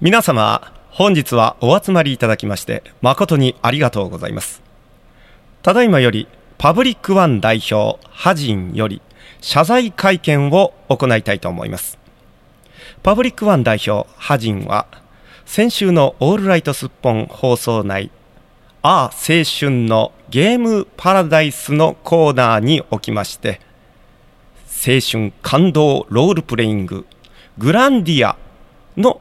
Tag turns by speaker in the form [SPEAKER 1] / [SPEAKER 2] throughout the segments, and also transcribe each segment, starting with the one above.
[SPEAKER 1] 皆様、本日はお集まりいただきまして、誠にありがとうございます。ただいまより、パブリックワン代表、ハジンより、謝罪会見を行いたいと思います。パブリックワン代表、ハジンは、先週のオールライトスッポン放送内、ああ青春のゲームパラダイスのコーナーにおきまして、青春感動ロールプレインググランディアの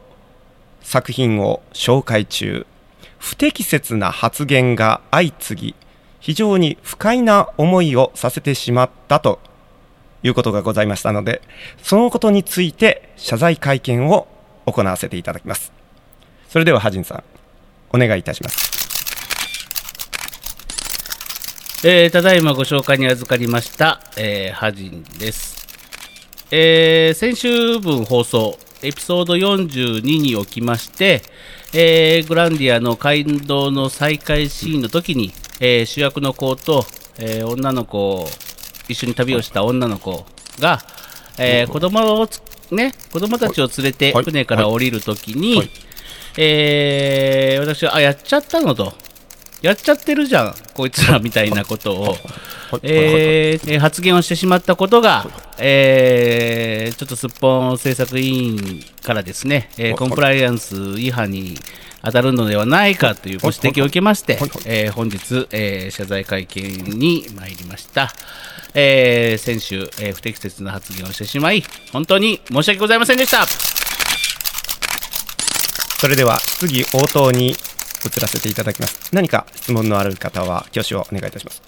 [SPEAKER 1] 作品を紹介中不適切な発言が相次ぎ非常に不快な思いをさせてしまったということがございましたのでそのことについて謝罪会見を行わせていただきますそれではハジンさんお願いいたします
[SPEAKER 2] えーただいまご紹介に預かりました、えー、ハジンです、えー先週分放送エピソード42におきまして、えーグランディアの感動の再会シーンの時に、えー主役の子と、えー女の子を一緒に旅をした女の子が、えー子供をつね、子供たちを連れて
[SPEAKER 1] はい
[SPEAKER 2] 船から降りるときに、
[SPEAKER 1] はい
[SPEAKER 2] えー私は、あ、やっちゃったのと。やっちゃってるじゃん、こいつらみたいなことを、えーえー発言をしてしまったことが、えーちょっとすっぽん制作委員からですね、えー
[SPEAKER 1] はい
[SPEAKER 2] コンプライアンス違反に当たるのではないかというご指摘を受けまして
[SPEAKER 1] はいはい、
[SPEAKER 2] えー本日、えー謝罪会見に参りました。えー先週、えー不適切な発言をしてしまい、本当に申し訳ございませんでした。
[SPEAKER 1] それでは質疑応答に移らせていただきます何か質問のある方は挙手をお願いいたします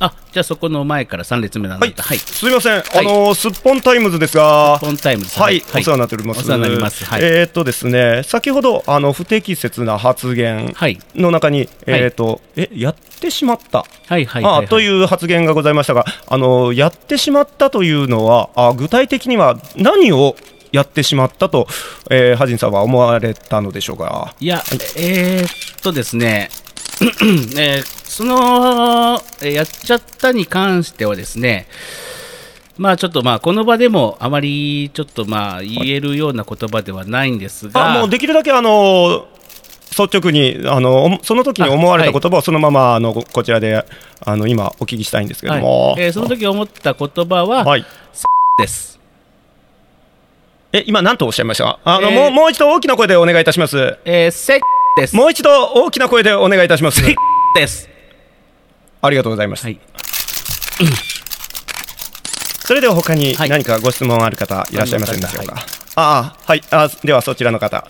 [SPEAKER 2] あ、じゃあそこの前から3列目なんだった。はい。
[SPEAKER 1] すみません、あのーすっぽんタイムズですが、
[SPEAKER 2] 本タイムです。
[SPEAKER 1] はい、お世話になっております。
[SPEAKER 2] お世話になります。はい。
[SPEAKER 1] えーっとですね、先ほどあの不適切な発言
[SPEAKER 2] はい。
[SPEAKER 1] の中に、
[SPEAKER 2] はい
[SPEAKER 1] えーっと、えやってしまった。
[SPEAKER 2] はいはい
[SPEAKER 1] あ
[SPEAKER 2] はい、は
[SPEAKER 1] あと
[SPEAKER 2] う。
[SPEAKER 1] いう発言がございましたが、あのやってしまったというのは、あ具体的には何をやってしまったと、えー、ハジンさんは思われたのでしょうか。
[SPEAKER 2] いや、えー、っとですね、 えーその、えーやっちゃったに関してはですね、まあちょっとまあこの場でもあまりちょっとまあ言えるような言葉ではないんですが、
[SPEAKER 1] あもうできるだけあの率直にあのその時に思われた
[SPEAKER 2] あは
[SPEAKER 1] 言
[SPEAKER 2] い
[SPEAKER 1] 葉をそのままあのこちらであの今お聞きしたいんですけ
[SPEAKER 2] は
[SPEAKER 1] ど
[SPEAKER 2] い
[SPEAKER 1] も、
[SPEAKER 2] えーその時思った言葉は、
[SPEAKER 1] はい
[SPEAKER 2] です。
[SPEAKER 1] え今何とおっしゃいましたあの、
[SPEAKER 2] えー
[SPEAKER 1] もうもう一度大きな声でお願いいたします
[SPEAKER 2] えー、せっです。
[SPEAKER 1] もう一度大きな声でお願いいたします
[SPEAKER 2] です。
[SPEAKER 1] ありがとうございました、
[SPEAKER 2] はい。
[SPEAKER 1] それでは他に
[SPEAKER 2] はい
[SPEAKER 1] 何かご質問ある方いらっしゃいませんでしょうか、
[SPEAKER 2] はい
[SPEAKER 1] ああはいあではそちらの方あ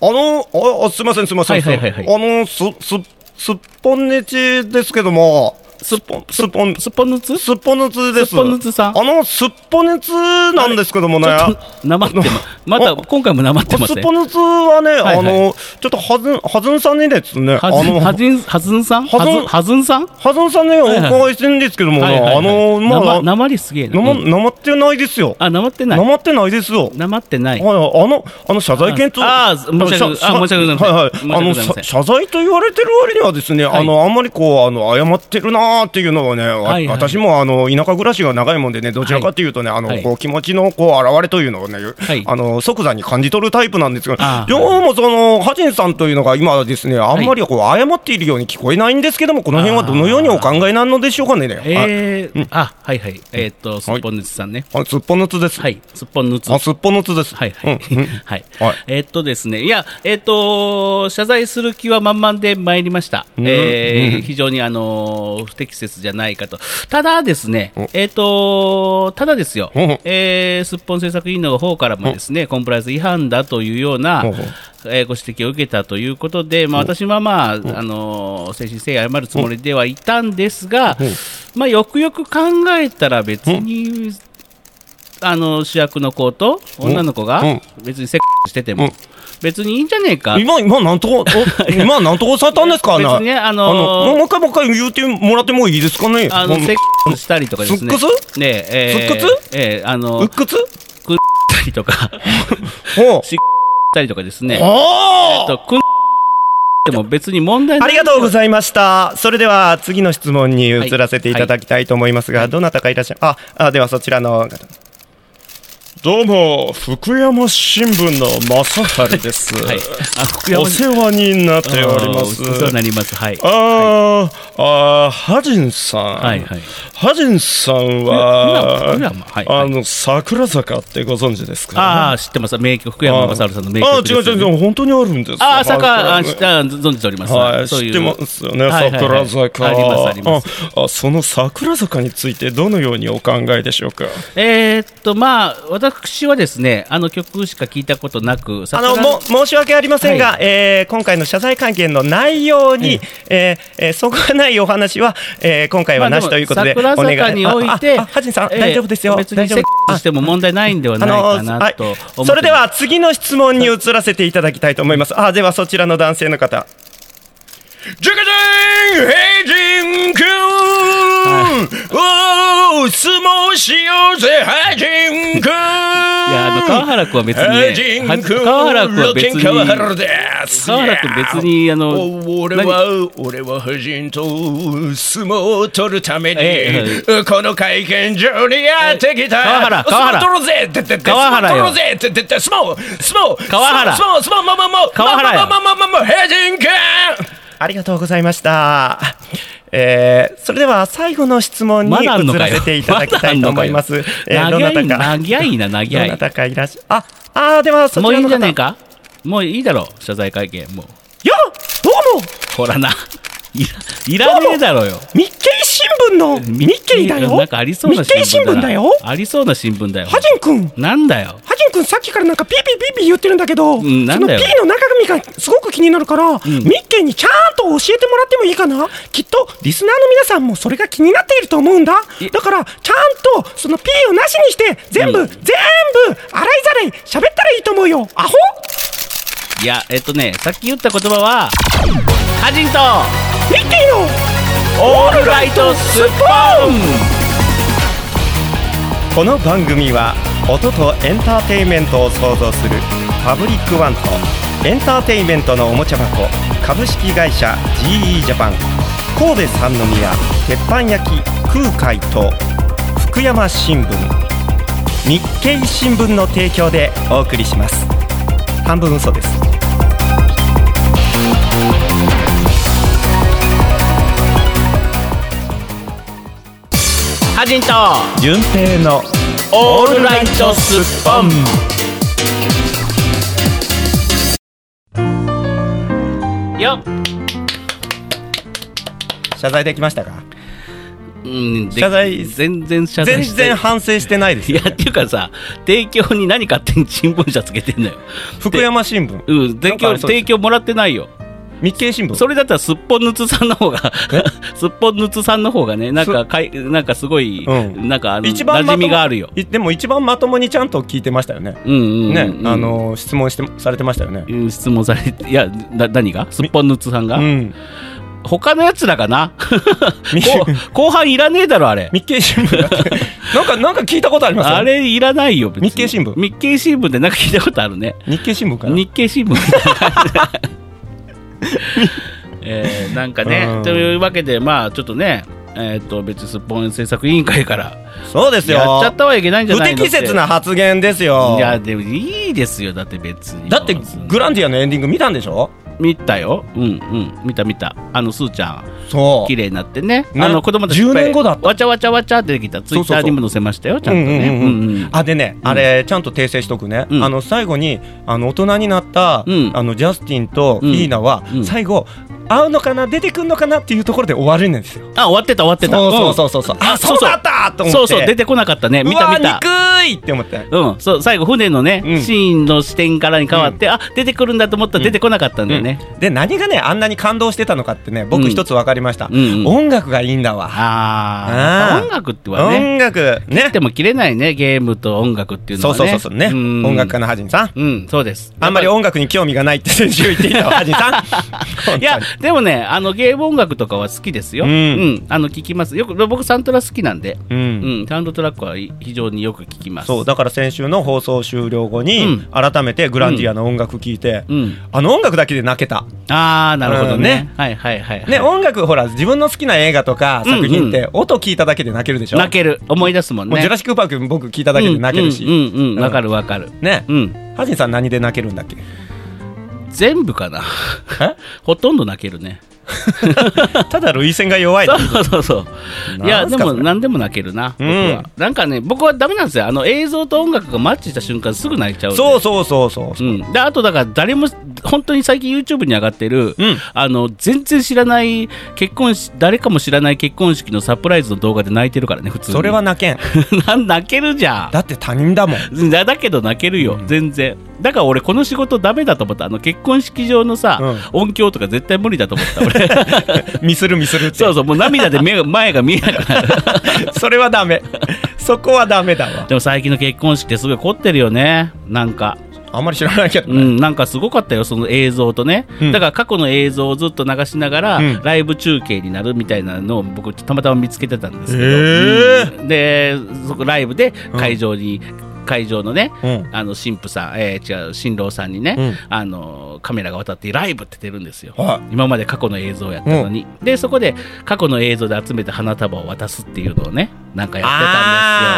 [SPEAKER 1] のああすいませんすいません、
[SPEAKER 2] はいはいはい
[SPEAKER 1] あのすすすっぽんねちですけども
[SPEAKER 2] すっ
[SPEAKER 1] ぽんすっぽん
[SPEAKER 2] すっぽんのつ
[SPEAKER 1] すっぽぬつです。
[SPEAKER 2] すっぽぬつさん
[SPEAKER 1] あの、すっぽぬつなんですけどもね。
[SPEAKER 2] ちょっとなまって ま、また今回もなまってますす
[SPEAKER 1] っ
[SPEAKER 2] ね。
[SPEAKER 1] ぽぬつはね、
[SPEAKER 2] はい
[SPEAKER 1] あの、ちょっとはずん、はずんさんにですね、あ
[SPEAKER 2] はずん、
[SPEAKER 1] の、
[SPEAKER 2] はずん、はずんさん
[SPEAKER 1] は
[SPEAKER 2] は
[SPEAKER 1] ず
[SPEAKER 2] ず
[SPEAKER 1] ん
[SPEAKER 2] ん、はずんさん
[SPEAKER 1] はずんさんね、お
[SPEAKER 2] はいはい
[SPEAKER 1] 伺いしてんですけどもね、あの、ま
[SPEAKER 2] な
[SPEAKER 1] あ、
[SPEAKER 2] ま、なまりすげえな。
[SPEAKER 1] なま、
[SPEAKER 2] うん
[SPEAKER 1] なまってないですよ。
[SPEAKER 2] あ、なまってな。
[SPEAKER 1] ないまってないですよ。
[SPEAKER 2] なまってない。
[SPEAKER 1] はい、あの、あの、謝罪検討。
[SPEAKER 2] ああ申し
[SPEAKER 1] ささ
[SPEAKER 2] 訳あ申し訳ございません
[SPEAKER 1] はいはい
[SPEAKER 2] 申し訳
[SPEAKER 1] あ
[SPEAKER 2] ご
[SPEAKER 1] の、
[SPEAKER 2] ざいませ
[SPEAKER 1] さ謝
[SPEAKER 2] ん
[SPEAKER 1] 罪と言われてる割にはですね、
[SPEAKER 2] はい
[SPEAKER 1] あの、あんまりこう、あの、謝ってるなーっていうのはね、わ
[SPEAKER 2] はいはい
[SPEAKER 1] 私もあの、田舎暮らしが長いもんでね、どちらかというとね、あの、
[SPEAKER 2] はい
[SPEAKER 1] こう、気持ちの、こう、現れというのをね、
[SPEAKER 2] い
[SPEAKER 1] あの、即座に感じ取るタイプなんですが
[SPEAKER 2] あ、ー
[SPEAKER 1] どうもその、ハジンさんというのが今ですね、あんまりこう、謝っているように聞こえないんですけども、この辺はどのようにお考えなのでしょうかね。はい
[SPEAKER 2] えー、あ、はいはい。えーっと、すっぽんぬつさんね。
[SPEAKER 1] あの、すっぽのつです。
[SPEAKER 2] はい、すっぽんぬつ。
[SPEAKER 1] あ、すっぽのつです。
[SPEAKER 2] はいはい
[SPEAKER 1] うんうん。
[SPEAKER 2] はい
[SPEAKER 1] はい。
[SPEAKER 2] えーっとですね、いや、えーっと、謝罪する気は満々で参りました。えー非常にあのー、不適切じゃないかと。ただですね
[SPEAKER 1] お、
[SPEAKER 2] えーっと、ただですよ
[SPEAKER 1] ほうほう、
[SPEAKER 2] えーすっぽん制作委員の方からもですね、コンプライアンス違反だというような
[SPEAKER 1] ほうほう、
[SPEAKER 2] えーご指摘を受けたということで、まあ、私はまあ、あのー、誠心誠意謝るつもりではいたんですが
[SPEAKER 1] ほう、
[SPEAKER 2] まあ、よくよく考えたら別に、あの主役の子と女の子が
[SPEAKER 1] うん
[SPEAKER 2] 別にセックスしてて
[SPEAKER 1] うん
[SPEAKER 2] も別にいいんじゃねえか
[SPEAKER 1] 今、今、なんと こ、お今、なんとこされたんですか
[SPEAKER 2] 別にねあのー
[SPEAKER 1] もうもう一回、もう一回言うてもらってもいいですかね
[SPEAKER 2] あのセックスしたりとかですね
[SPEAKER 1] すっく
[SPEAKER 2] ねええー
[SPEAKER 1] すっく
[SPEAKER 2] えーあの
[SPEAKER 1] うっ
[SPEAKER 2] し
[SPEAKER 1] くつ
[SPEAKER 2] たりとか
[SPEAKER 1] ほう
[SPEAKER 2] ししたりとかですね
[SPEAKER 1] あー
[SPEAKER 2] とくんでも別に問題な
[SPEAKER 1] あ
[SPEAKER 2] い
[SPEAKER 1] りがとうございました。それでは、次の質問に移らせていただきたいと思いますが、どなたかいらっしゃい、あ、あ、ではそちらの方。どうも、福山新聞の正春です。
[SPEAKER 2] はい。あ、福山
[SPEAKER 1] お世話になっておりま
[SPEAKER 2] あーお世話に
[SPEAKER 1] す。
[SPEAKER 2] なります。はい。
[SPEAKER 1] あー、あー、ハジンさん。
[SPEAKER 2] はいはい。
[SPEAKER 1] ハジンさん
[SPEAKER 2] 福
[SPEAKER 1] は
[SPEAKER 2] 山、はいはい
[SPEAKER 1] あの、桜坂ってご存知ですか
[SPEAKER 2] ああ、知ってます。名曲、福山雅治さんの名
[SPEAKER 1] あ
[SPEAKER 2] 曲
[SPEAKER 1] あ、
[SPEAKER 2] です
[SPEAKER 1] 違う
[SPEAKER 2] よね、
[SPEAKER 1] 違う違う、本当にあるんです
[SPEAKER 2] ああ、坂、
[SPEAKER 1] は
[SPEAKER 2] あ
[SPEAKER 1] い
[SPEAKER 2] 知った、存じております。
[SPEAKER 1] はい、
[SPEAKER 2] そう
[SPEAKER 1] 知
[SPEAKER 2] い
[SPEAKER 1] っ
[SPEAKER 2] う
[SPEAKER 1] てますよね、
[SPEAKER 2] はいはいはい
[SPEAKER 1] 桜坂。
[SPEAKER 2] ありますあります。
[SPEAKER 1] ああその桜坂について、どのようにお考えでしょうか。
[SPEAKER 2] えーっと、まあ、私はですね、あの曲しか聞いたことなく、
[SPEAKER 1] あの
[SPEAKER 2] 桜
[SPEAKER 1] も申し訳ありませんが、
[SPEAKER 2] は
[SPEAKER 1] えー今回の謝罪会見の内容に、えーえーそこがないお話は、えー今回はなしということで、
[SPEAKER 2] まあ、
[SPEAKER 1] お
[SPEAKER 2] も
[SPEAKER 1] 願い
[SPEAKER 2] 桜坂において、
[SPEAKER 1] あああハジンさん、
[SPEAKER 2] えー
[SPEAKER 1] 大丈夫ですよ、
[SPEAKER 2] 別に
[SPEAKER 1] 大
[SPEAKER 2] セ
[SPEAKER 1] 丈
[SPEAKER 2] ッ
[SPEAKER 1] 夫
[SPEAKER 2] クスしても問題ないんではないかなと思ってます、
[SPEAKER 1] はい、それでは次の質問に移らせていただきたいと思います。あではそちらの男性の方。ジャカジンヘイジンくん、おー相撲しようぜヘイジンくんい
[SPEAKER 2] いや、あの、川原君は別に、
[SPEAKER 1] ヘイ
[SPEAKER 2] ね、
[SPEAKER 1] ジン
[SPEAKER 2] は
[SPEAKER 1] くん
[SPEAKER 2] 川原君は別に、
[SPEAKER 1] 川
[SPEAKER 2] 川
[SPEAKER 1] 原
[SPEAKER 2] 原
[SPEAKER 1] です
[SPEAKER 2] 君別に、あの、
[SPEAKER 1] お俺は俺は夫人と相撲を取るために、
[SPEAKER 2] え
[SPEAKER 1] この会見場にやってきた、
[SPEAKER 2] 川原川
[SPEAKER 1] 相撲
[SPEAKER 2] 原
[SPEAKER 1] 取ろうぜってってって
[SPEAKER 2] 川原よ
[SPEAKER 1] 相撲取ろうぜってってって相撲相撲
[SPEAKER 2] 川原
[SPEAKER 1] 相撲相撲もうもうもう
[SPEAKER 2] 川原
[SPEAKER 1] も
[SPEAKER 2] よ
[SPEAKER 1] うもうもうもうもうもう平人君ありがとうございましたえー、それでは最後の質問に
[SPEAKER 2] ま
[SPEAKER 1] 移
[SPEAKER 2] だあんのからよ
[SPEAKER 1] せていただきたいと思います。えー
[SPEAKER 2] 長
[SPEAKER 1] どない
[SPEAKER 2] な、
[SPEAKER 1] たか、
[SPEAKER 2] 長いな、
[SPEAKER 1] ど
[SPEAKER 2] 長。
[SPEAKER 1] ないたかいらっしゃ、あ、あーではそち
[SPEAKER 2] もう
[SPEAKER 1] ら
[SPEAKER 2] いい
[SPEAKER 1] の
[SPEAKER 2] んじゃ
[SPEAKER 1] 方。
[SPEAKER 2] ねえ
[SPEAKER 1] い
[SPEAKER 2] かもういいだろう、謝罪会見、もう。
[SPEAKER 1] や、どうも、
[SPEAKER 2] ほらな。いらいらねえだろうよ。
[SPEAKER 1] 日経新聞の日経だよ。
[SPEAKER 2] なんかありそうな
[SPEAKER 1] 日経新聞だよ。
[SPEAKER 2] ありそうな新聞だよ。
[SPEAKER 1] ハジン君、
[SPEAKER 2] なんだよ。
[SPEAKER 1] ハジン君さっきからなんかピーピーピーピー言ってるんだけど、
[SPEAKER 2] んな
[SPEAKER 1] そ
[SPEAKER 2] ん
[SPEAKER 1] の
[SPEAKER 2] だ
[SPEAKER 1] ピ
[SPEAKER 2] よ
[SPEAKER 1] ーの中身がすごく気になるから、日経にちゃんと教えてもらってもいいかな。きっとリスナーの皆さんもそれが気になっていると思うんだ
[SPEAKER 2] い。
[SPEAKER 1] だからちゃんとそのピーをなしにして全部、
[SPEAKER 2] うん
[SPEAKER 1] 全部洗いざらい喋ったらいいと思うよ。アホ。
[SPEAKER 2] いや、えっとね、さっき言った言葉は、ハジンと、
[SPEAKER 1] 日経の
[SPEAKER 2] オールライトスッポン
[SPEAKER 1] この番組は音とエンターテインメントを創造するパブリックワンとエンターテインメントのおもちゃ箱株式会社 GE ジャパン神戸三宮鉄板焼き空海と福山新聞日経新聞の提供でお送りします半分嘘です
[SPEAKER 2] ハジンと、
[SPEAKER 1] 純平の
[SPEAKER 2] オールライトスッポンよっ
[SPEAKER 1] 謝罪できましたか
[SPEAKER 2] うん、で
[SPEAKER 1] 謝罪
[SPEAKER 2] 全然謝罪
[SPEAKER 1] 全
[SPEAKER 2] して
[SPEAKER 1] 然反省してないです
[SPEAKER 2] い
[SPEAKER 1] よ
[SPEAKER 2] や、っていうかさ、提供に何勝手に新聞社つけてんのよ。
[SPEAKER 1] 福山新聞
[SPEAKER 2] う
[SPEAKER 1] な
[SPEAKER 2] ん、提
[SPEAKER 1] んかありそう
[SPEAKER 2] 供、
[SPEAKER 1] です
[SPEAKER 2] 提供もらってないよ。
[SPEAKER 1] 日経新聞
[SPEAKER 2] それだったらすっぽんぬつさんの方が、 すっぽんぬつさんの方がね、なんかかい、なんかすごい、
[SPEAKER 1] うん
[SPEAKER 2] なんかあの、
[SPEAKER 1] 一番
[SPEAKER 2] 馴
[SPEAKER 1] ま
[SPEAKER 2] 染
[SPEAKER 1] とも
[SPEAKER 2] みがあるよ。
[SPEAKER 1] いでも一番まともにちゃんと聞いてましたよね。
[SPEAKER 2] うんうん、うん。
[SPEAKER 1] ね、あ、の質問してされてましたよね。
[SPEAKER 2] うん、質問されて、いや、な、何がすっぽんぬつさんが、
[SPEAKER 1] うん、
[SPEAKER 2] 他のやつらかな
[SPEAKER 1] み
[SPEAKER 2] 後後半いらねえだろ、あれ。
[SPEAKER 1] 日経新 聞だってなんかなんか聞いたことありますよ
[SPEAKER 2] あれいらないよ、別に
[SPEAKER 1] 日経新聞
[SPEAKER 2] 日経新聞でなんか聞いたことあるね。
[SPEAKER 1] 日経新聞かな
[SPEAKER 2] 日経 新聞 えー、なんかね、
[SPEAKER 1] うん
[SPEAKER 2] というわけでまあちょっとねえっと別にスッポン制作委員会から
[SPEAKER 1] そうですよ
[SPEAKER 2] やっちゃったはいけないんじゃ
[SPEAKER 1] 不
[SPEAKER 2] ないの
[SPEAKER 1] 適切な発言です
[SPEAKER 2] って
[SPEAKER 1] よ
[SPEAKER 2] いやでもいいですよだって別に
[SPEAKER 1] だってグランディアのエンディング見たんでしょ
[SPEAKER 2] 見たようんうん見た見たあのすーちゃん
[SPEAKER 1] そ
[SPEAKER 2] 綺麗になってね
[SPEAKER 1] ね
[SPEAKER 2] あの子供たちいっぱい
[SPEAKER 1] 10年後だった
[SPEAKER 2] わちゃわちゃわちゃ出てきたツイ
[SPEAKER 1] そうそう
[SPEAKER 2] ッターにも載せましたよちゃんと
[SPEAKER 1] う
[SPEAKER 2] ね
[SPEAKER 1] んうん
[SPEAKER 2] うんうん
[SPEAKER 1] あでね、
[SPEAKER 2] ん
[SPEAKER 1] あれちゃんと訂正しとくね、
[SPEAKER 2] うん
[SPEAKER 1] あの最後にあの大人になった、
[SPEAKER 2] うん
[SPEAKER 1] あのジャスティンとフィーナは、
[SPEAKER 2] うんうん
[SPEAKER 1] 最後会うのかな出てくんのかなっていうところで終わるんですよ。
[SPEAKER 2] あ終わってた終わってた
[SPEAKER 1] そうんそうそうそう、あ
[SPEAKER 2] そ
[SPEAKER 1] そうう
[SPEAKER 2] そう
[SPEAKER 1] だったと思って
[SPEAKER 2] そうそう出てこなかったね見た
[SPEAKER 1] う
[SPEAKER 2] 見
[SPEAKER 1] わ
[SPEAKER 2] た
[SPEAKER 1] 憎いって思って
[SPEAKER 2] うん、そう最後船のね、
[SPEAKER 1] うん
[SPEAKER 2] シーンの視点からに変わって、あ出てくるんだと思ったら出てこなかったんだよね、
[SPEAKER 1] で何がねあんなに感動してたのかってね
[SPEAKER 2] うん
[SPEAKER 1] 僕一つ分かりました、
[SPEAKER 2] うんうん
[SPEAKER 1] 音楽がいいんだわ、
[SPEAKER 2] あ
[SPEAKER 1] あ
[SPEAKER 2] あ
[SPEAKER 1] ー
[SPEAKER 2] 音楽ってはね
[SPEAKER 1] 音楽ね
[SPEAKER 2] でも切れないねゲームと音楽っていうの
[SPEAKER 1] そう
[SPEAKER 2] はね
[SPEAKER 1] そうそうそうね
[SPEAKER 2] ん
[SPEAKER 1] 音楽家のハジンさん
[SPEAKER 2] うんそうです
[SPEAKER 1] あんまり
[SPEAKER 2] やっ
[SPEAKER 1] 音楽に興味がないって先週言っていたわハジンさん
[SPEAKER 2] ぱりいやでもね、あのゲーム音楽とかは好きですよ。
[SPEAKER 1] う
[SPEAKER 2] うんん、あの聞きます。よく僕サントラ好きなんで、
[SPEAKER 1] う
[SPEAKER 2] うんん、サウンドトラックは非常によく聞きます。
[SPEAKER 1] そうだから先週の放送終了後
[SPEAKER 2] う
[SPEAKER 1] に
[SPEAKER 2] ん
[SPEAKER 1] 改めてグランディアの音楽聴いて、
[SPEAKER 2] うん。
[SPEAKER 1] あの音楽だけで泣けた、
[SPEAKER 2] ああ、なるほど
[SPEAKER 1] うん
[SPEAKER 2] ね
[SPEAKER 1] ね。
[SPEAKER 2] はいはいはいはい。
[SPEAKER 1] ね、音楽ほら自分の好きな映画とか作品って音聴いただけで泣けるでしょ、
[SPEAKER 2] 泣ける。思い出すもん
[SPEAKER 1] もうジュ
[SPEAKER 2] ね。
[SPEAKER 1] ラシック・パーク僕聴いただけで泣けるし、
[SPEAKER 2] うんうんう
[SPEAKER 1] う
[SPEAKER 2] んうんん。わかるわかる。
[SPEAKER 1] ね
[SPEAKER 2] うん。
[SPEAKER 1] ハジンさん何で泣けるんだっけ
[SPEAKER 2] 全部かな。 ほとんど泣けるね。
[SPEAKER 1] ただ涙腺が弱い
[SPEAKER 2] そうそうそう。いや、
[SPEAKER 1] なんす
[SPEAKER 2] で
[SPEAKER 1] か
[SPEAKER 2] も
[SPEAKER 1] それ
[SPEAKER 2] 何でも泣けるな、僕
[SPEAKER 1] うん
[SPEAKER 2] は。なんかね、僕はダメなんですよ。あの映像と音楽がマッチした瞬間すぐ泣いちゃうんで。
[SPEAKER 1] そうそうそうそう
[SPEAKER 2] う。ん、であとだから誰も本当に最近 YouTube に上がってる、
[SPEAKER 1] うん
[SPEAKER 2] あの全然知らない結婚し誰かも知らない結婚式のサプライズの動画で泣いてるからね普通に
[SPEAKER 1] それは泣けん
[SPEAKER 2] なん泣けるじゃん
[SPEAKER 1] だって他人だもん
[SPEAKER 2] だだけど泣けるよ、全然だから俺この仕事ダメだと思ったあの結婚式場のさ、音響とか絶対無理だと思った俺
[SPEAKER 1] ミスるミスるって
[SPEAKER 2] そうそうもう涙で目が前が見えなくなる
[SPEAKER 1] それはダメそこはダメだわ
[SPEAKER 2] でも最近の結婚式ってすごい凝ってるよねなんか
[SPEAKER 1] あんまり知らないけど、
[SPEAKER 2] うん、なんかすごかったよ、その映像とね、
[SPEAKER 1] うん
[SPEAKER 2] だから過去の映像をずっと流しながら、
[SPEAKER 1] うん
[SPEAKER 2] ライブ中継になるみたいなのを僕、たまたま見つけてたんですけど、
[SPEAKER 1] えー
[SPEAKER 2] うんでそこライブで会場に、会場のね、
[SPEAKER 1] うん
[SPEAKER 2] あの新婦さん、えー違う、新郎さんにね、
[SPEAKER 1] うん
[SPEAKER 2] あのカメラが渡って、ライブって出るんですよ。
[SPEAKER 1] は
[SPEAKER 2] 今まで過去の映像をやったのに、でそこで過去の映像で集めた花束を渡すっていうのをねなんか
[SPEAKER 1] い
[SPEAKER 2] やっ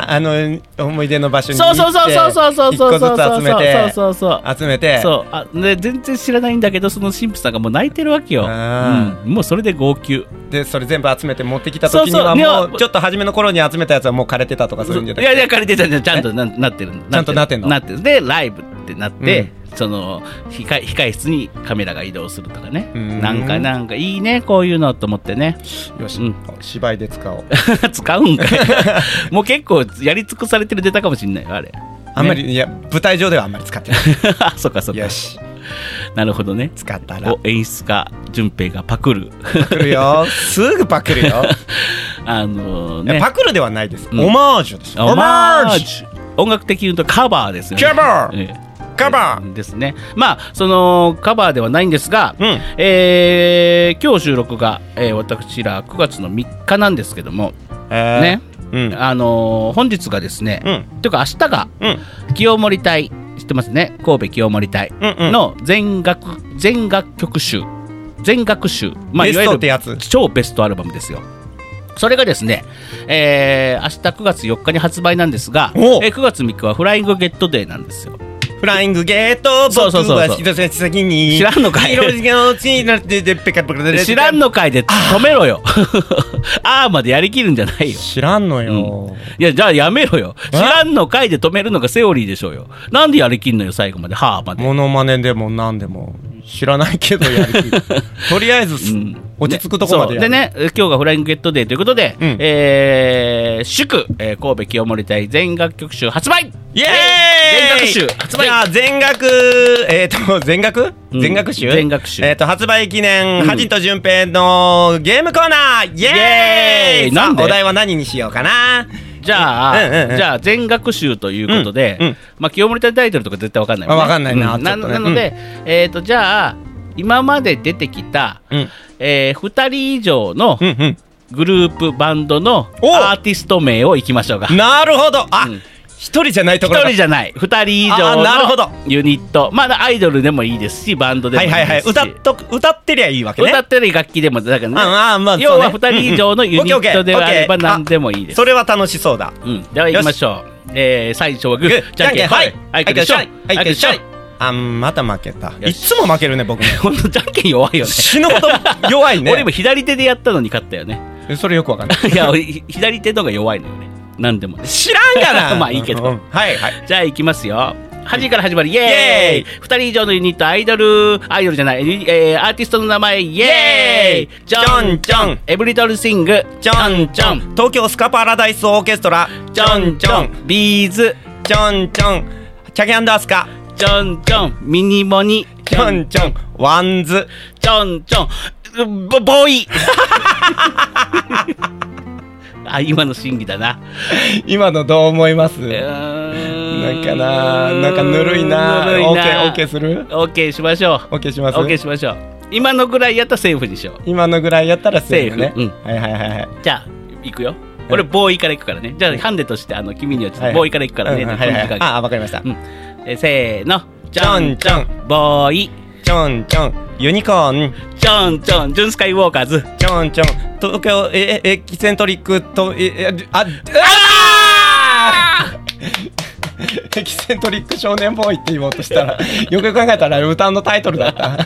[SPEAKER 2] てたんですよ
[SPEAKER 1] あーあの思い出の場所に行
[SPEAKER 2] そ
[SPEAKER 1] っ
[SPEAKER 2] う
[SPEAKER 1] て
[SPEAKER 2] そうそうそうそうそうそうそう
[SPEAKER 1] 一個
[SPEAKER 2] そ
[SPEAKER 1] ずつ
[SPEAKER 2] う
[SPEAKER 1] 集めて
[SPEAKER 2] そうそう
[SPEAKER 1] 集めて
[SPEAKER 2] そうあで全然知らないんだけどその神父さんがもう泣いてるわけよ、う
[SPEAKER 1] あ
[SPEAKER 2] ん、もうそれで号泣
[SPEAKER 1] でそれ全部集めて持ってきた時に
[SPEAKER 2] そうそ
[SPEAKER 1] は
[SPEAKER 2] うね
[SPEAKER 1] もうちょっと初めの頃に集めたやつはもう枯れてたとかそういうんじゃない
[SPEAKER 2] いやいや借りてたんじゃんちゃんとななってるの
[SPEAKER 1] ちゃんとなってんの
[SPEAKER 2] なってるでライブってなって、その控え控室にカメラが移動するとかね
[SPEAKER 1] うん
[SPEAKER 2] なんかなんかいいねこういうのと思ってね
[SPEAKER 1] よし、
[SPEAKER 2] うん
[SPEAKER 1] 芝居で使おう
[SPEAKER 2] 使うんかいもう結構やり尽くされてるデータかもしれないよあれ
[SPEAKER 1] あんまり、いや舞台上ではあんまり使ってな
[SPEAKER 2] あそっかそっ
[SPEAKER 1] い
[SPEAKER 2] か
[SPEAKER 1] よし
[SPEAKER 2] なるほどね
[SPEAKER 1] 使ったら
[SPEAKER 2] お演出家淳平がパクる
[SPEAKER 1] パクるよすぐパクるよ、
[SPEAKER 2] あの
[SPEAKER 1] いや
[SPEAKER 2] ね
[SPEAKER 1] パクるではないです、
[SPEAKER 2] うん
[SPEAKER 1] オマージュです
[SPEAKER 2] オマージュ音楽的に言うとカバーですよね。
[SPEAKER 1] カバー
[SPEAKER 2] ええ
[SPEAKER 1] カバ
[SPEAKER 2] ですね。まあ、そのカバーではないんですが、
[SPEAKER 1] うん
[SPEAKER 2] えー今日収録が、えー私ら9月の3日なんですけども、
[SPEAKER 1] えー
[SPEAKER 2] ね、
[SPEAKER 1] うん
[SPEAKER 2] あのー本日がですね、
[SPEAKER 1] うん
[SPEAKER 2] というか明日が
[SPEAKER 1] うん
[SPEAKER 2] 清盛隊、知ってますね、神戸清盛隊
[SPEAKER 1] うんうん
[SPEAKER 2] の全楽、全楽曲集、全楽集、まあ、
[SPEAKER 1] ベス
[SPEAKER 2] いわゆ
[SPEAKER 1] ト
[SPEAKER 2] る
[SPEAKER 1] ってやつ
[SPEAKER 2] 超ベストアルバムですよ。それがですね、えー明日9月4日に発売なんですが、え
[SPEAKER 1] おう
[SPEAKER 2] ー9月3日はフライングゲットデーなんですよ。
[SPEAKER 1] フライングゲート
[SPEAKER 2] そうそうそうそう
[SPEAKER 1] 僕は一足先に
[SPEAKER 2] 知らんのかい
[SPEAKER 1] 色が落ちになってでペカペカで
[SPEAKER 2] 知らんのかいで止めろよ。 あーまでやりきるんじゃないよ。
[SPEAKER 1] 知らんのよ、
[SPEAKER 2] いや、じゃあやめろよ。
[SPEAKER 1] え
[SPEAKER 2] 知らんのかいで止めるのがセオリーでしょうよ。なんでやりきんのよ、最後まで。はーまで。
[SPEAKER 1] モノマネでも何でも知らないけどやるとりあえずす、
[SPEAKER 2] うん
[SPEAKER 1] 落ち着くとこまで
[SPEAKER 2] そう
[SPEAKER 1] や
[SPEAKER 2] で
[SPEAKER 1] る
[SPEAKER 2] ね、えー今日がフライングゲットデーということで、
[SPEAKER 1] うん
[SPEAKER 2] えー祝、えー神戸清盛隊全楽曲集発売
[SPEAKER 1] イエーイ
[SPEAKER 2] 全楽集発売
[SPEAKER 1] じゃあ全額えっ、と 全額、
[SPEAKER 2] うん
[SPEAKER 1] 全額集
[SPEAKER 2] 全額集
[SPEAKER 1] えっ、と発売記念、
[SPEAKER 2] うん
[SPEAKER 1] ハジと順平のゲームコーナーイエーイ
[SPEAKER 2] イエーイ
[SPEAKER 1] さあ
[SPEAKER 2] なんで
[SPEAKER 1] お題は何にしようかな
[SPEAKER 2] じゃあ、
[SPEAKER 1] うんうんうん
[SPEAKER 2] じゃあ全学習ということで、
[SPEAKER 1] うんうん
[SPEAKER 2] まあ清盛隊タイトルとか絶対わかんないもん、
[SPEAKER 1] あわかんないな
[SPEAKER 2] うな
[SPEAKER 1] ちょっとね
[SPEAKER 2] なので、えっ、とじゃあ今まで出てきた、
[SPEAKER 1] うん
[SPEAKER 2] えー、2人以上の
[SPEAKER 1] うんうん
[SPEAKER 2] グループバンドの
[SPEAKER 1] お
[SPEAKER 2] アーティスト名をいきましょうか。
[SPEAKER 1] なるほどあ
[SPEAKER 2] うん
[SPEAKER 1] 一、人じゃないところ
[SPEAKER 2] 1
[SPEAKER 1] だ
[SPEAKER 2] 人じゃない2人以上
[SPEAKER 1] あなるほど
[SPEAKER 2] のユニットまだアイドルでもいいですしバンドでも
[SPEAKER 1] はい
[SPEAKER 2] い
[SPEAKER 1] い
[SPEAKER 2] ですし、
[SPEAKER 1] はいはい歌っとく歌ってりゃいいわけね
[SPEAKER 2] 歌ってる楽器でもだからね、
[SPEAKER 1] ああまあそうね
[SPEAKER 2] 要は2人以上のユニットではあれば
[SPEAKER 1] うんうんオッケーオッケー
[SPEAKER 2] 何でもいいです
[SPEAKER 1] それは楽しそうだ
[SPEAKER 2] うん、では行きましょう。えー、最初はグ
[SPEAKER 1] グ
[SPEAKER 2] ー、じゃんけん、はい、はい、グーしょ、はい、グーしょ。
[SPEAKER 1] あんまた負けた
[SPEAKER 2] よ
[SPEAKER 1] い
[SPEAKER 2] し
[SPEAKER 1] つも負けるね 僕ね
[SPEAKER 2] ほんと、じゃんけん弱いよね。
[SPEAKER 1] 死ぬほど弱いね
[SPEAKER 2] 俺も左手でやったのに勝ったよね。
[SPEAKER 1] それよくわかんない
[SPEAKER 2] いや、俺ひ左手の方が弱いのよね。なんでもね。
[SPEAKER 1] 知らんがな
[SPEAKER 2] まあいいけど
[SPEAKER 1] うんはいはい
[SPEAKER 2] じゃあ行きますよ。端から始まる、イエーイ
[SPEAKER 1] イエ
[SPEAKER 2] !2 人以上のユニット、アイドル、アイドルじゃない、えー、アーティストの名前、イエーイ
[SPEAKER 1] ジョンジョン
[SPEAKER 2] エブリトルシング、
[SPEAKER 1] ジョンジョン、東京スカパラダイスオーケストラジ
[SPEAKER 2] ジ
[SPEAKER 1] ョ
[SPEAKER 2] ョ
[SPEAKER 1] ン
[SPEAKER 2] ン
[SPEAKER 1] ジ
[SPEAKER 2] ジ
[SPEAKER 1] ョ
[SPEAKER 2] ョ
[SPEAKER 1] ン
[SPEAKER 2] ン、ビーズ、
[SPEAKER 1] ジョンジョンチャゲアンダースカ
[SPEAKER 2] ジョンジョン、ミニモニ、
[SPEAKER 1] ジョンジョンワンズ
[SPEAKER 2] ちょんちょん、ボボーイ あ、今の審議だな。
[SPEAKER 1] 今のどう思います
[SPEAKER 2] う
[SPEAKER 1] な
[SPEAKER 2] ー
[SPEAKER 1] ん
[SPEAKER 2] ん
[SPEAKER 1] かななんかぬるいな
[SPEAKER 2] ぬるい
[SPEAKER 1] オーケーオ
[SPEAKER 2] な
[SPEAKER 1] ーケーする
[SPEAKER 2] オーケーしましょう。
[SPEAKER 1] オーケーします
[SPEAKER 2] オーケーしましょう。今のぐらいやったらセーフにしよう
[SPEAKER 1] 今のぐらいやったらセーフね。
[SPEAKER 2] セーフ
[SPEAKER 1] はいはいはいはい。
[SPEAKER 2] じゃあ行くよ俺ボーイから行くからねじゃあハンデとしてあの君にはちょっとボーイから行くからね、
[SPEAKER 1] うんはいはい
[SPEAKER 2] この時
[SPEAKER 1] はい、
[SPEAKER 2] 間
[SPEAKER 1] あ、わかりました。
[SPEAKER 2] うんえーせーの
[SPEAKER 1] ちょんちょん、
[SPEAKER 2] ボーイ
[SPEAKER 1] ちょんちょん、ユニコーン、
[SPEAKER 2] ちょんちょんジュンスカイウォーカーズ
[SPEAKER 1] ちょんちょん、東京エエエキセントリックと、え、えあ、あ
[SPEAKER 2] あ
[SPEAKER 1] エキセントリック少年ボーイって言おうとした ら、よくよく考えたら歌のタイトルだった。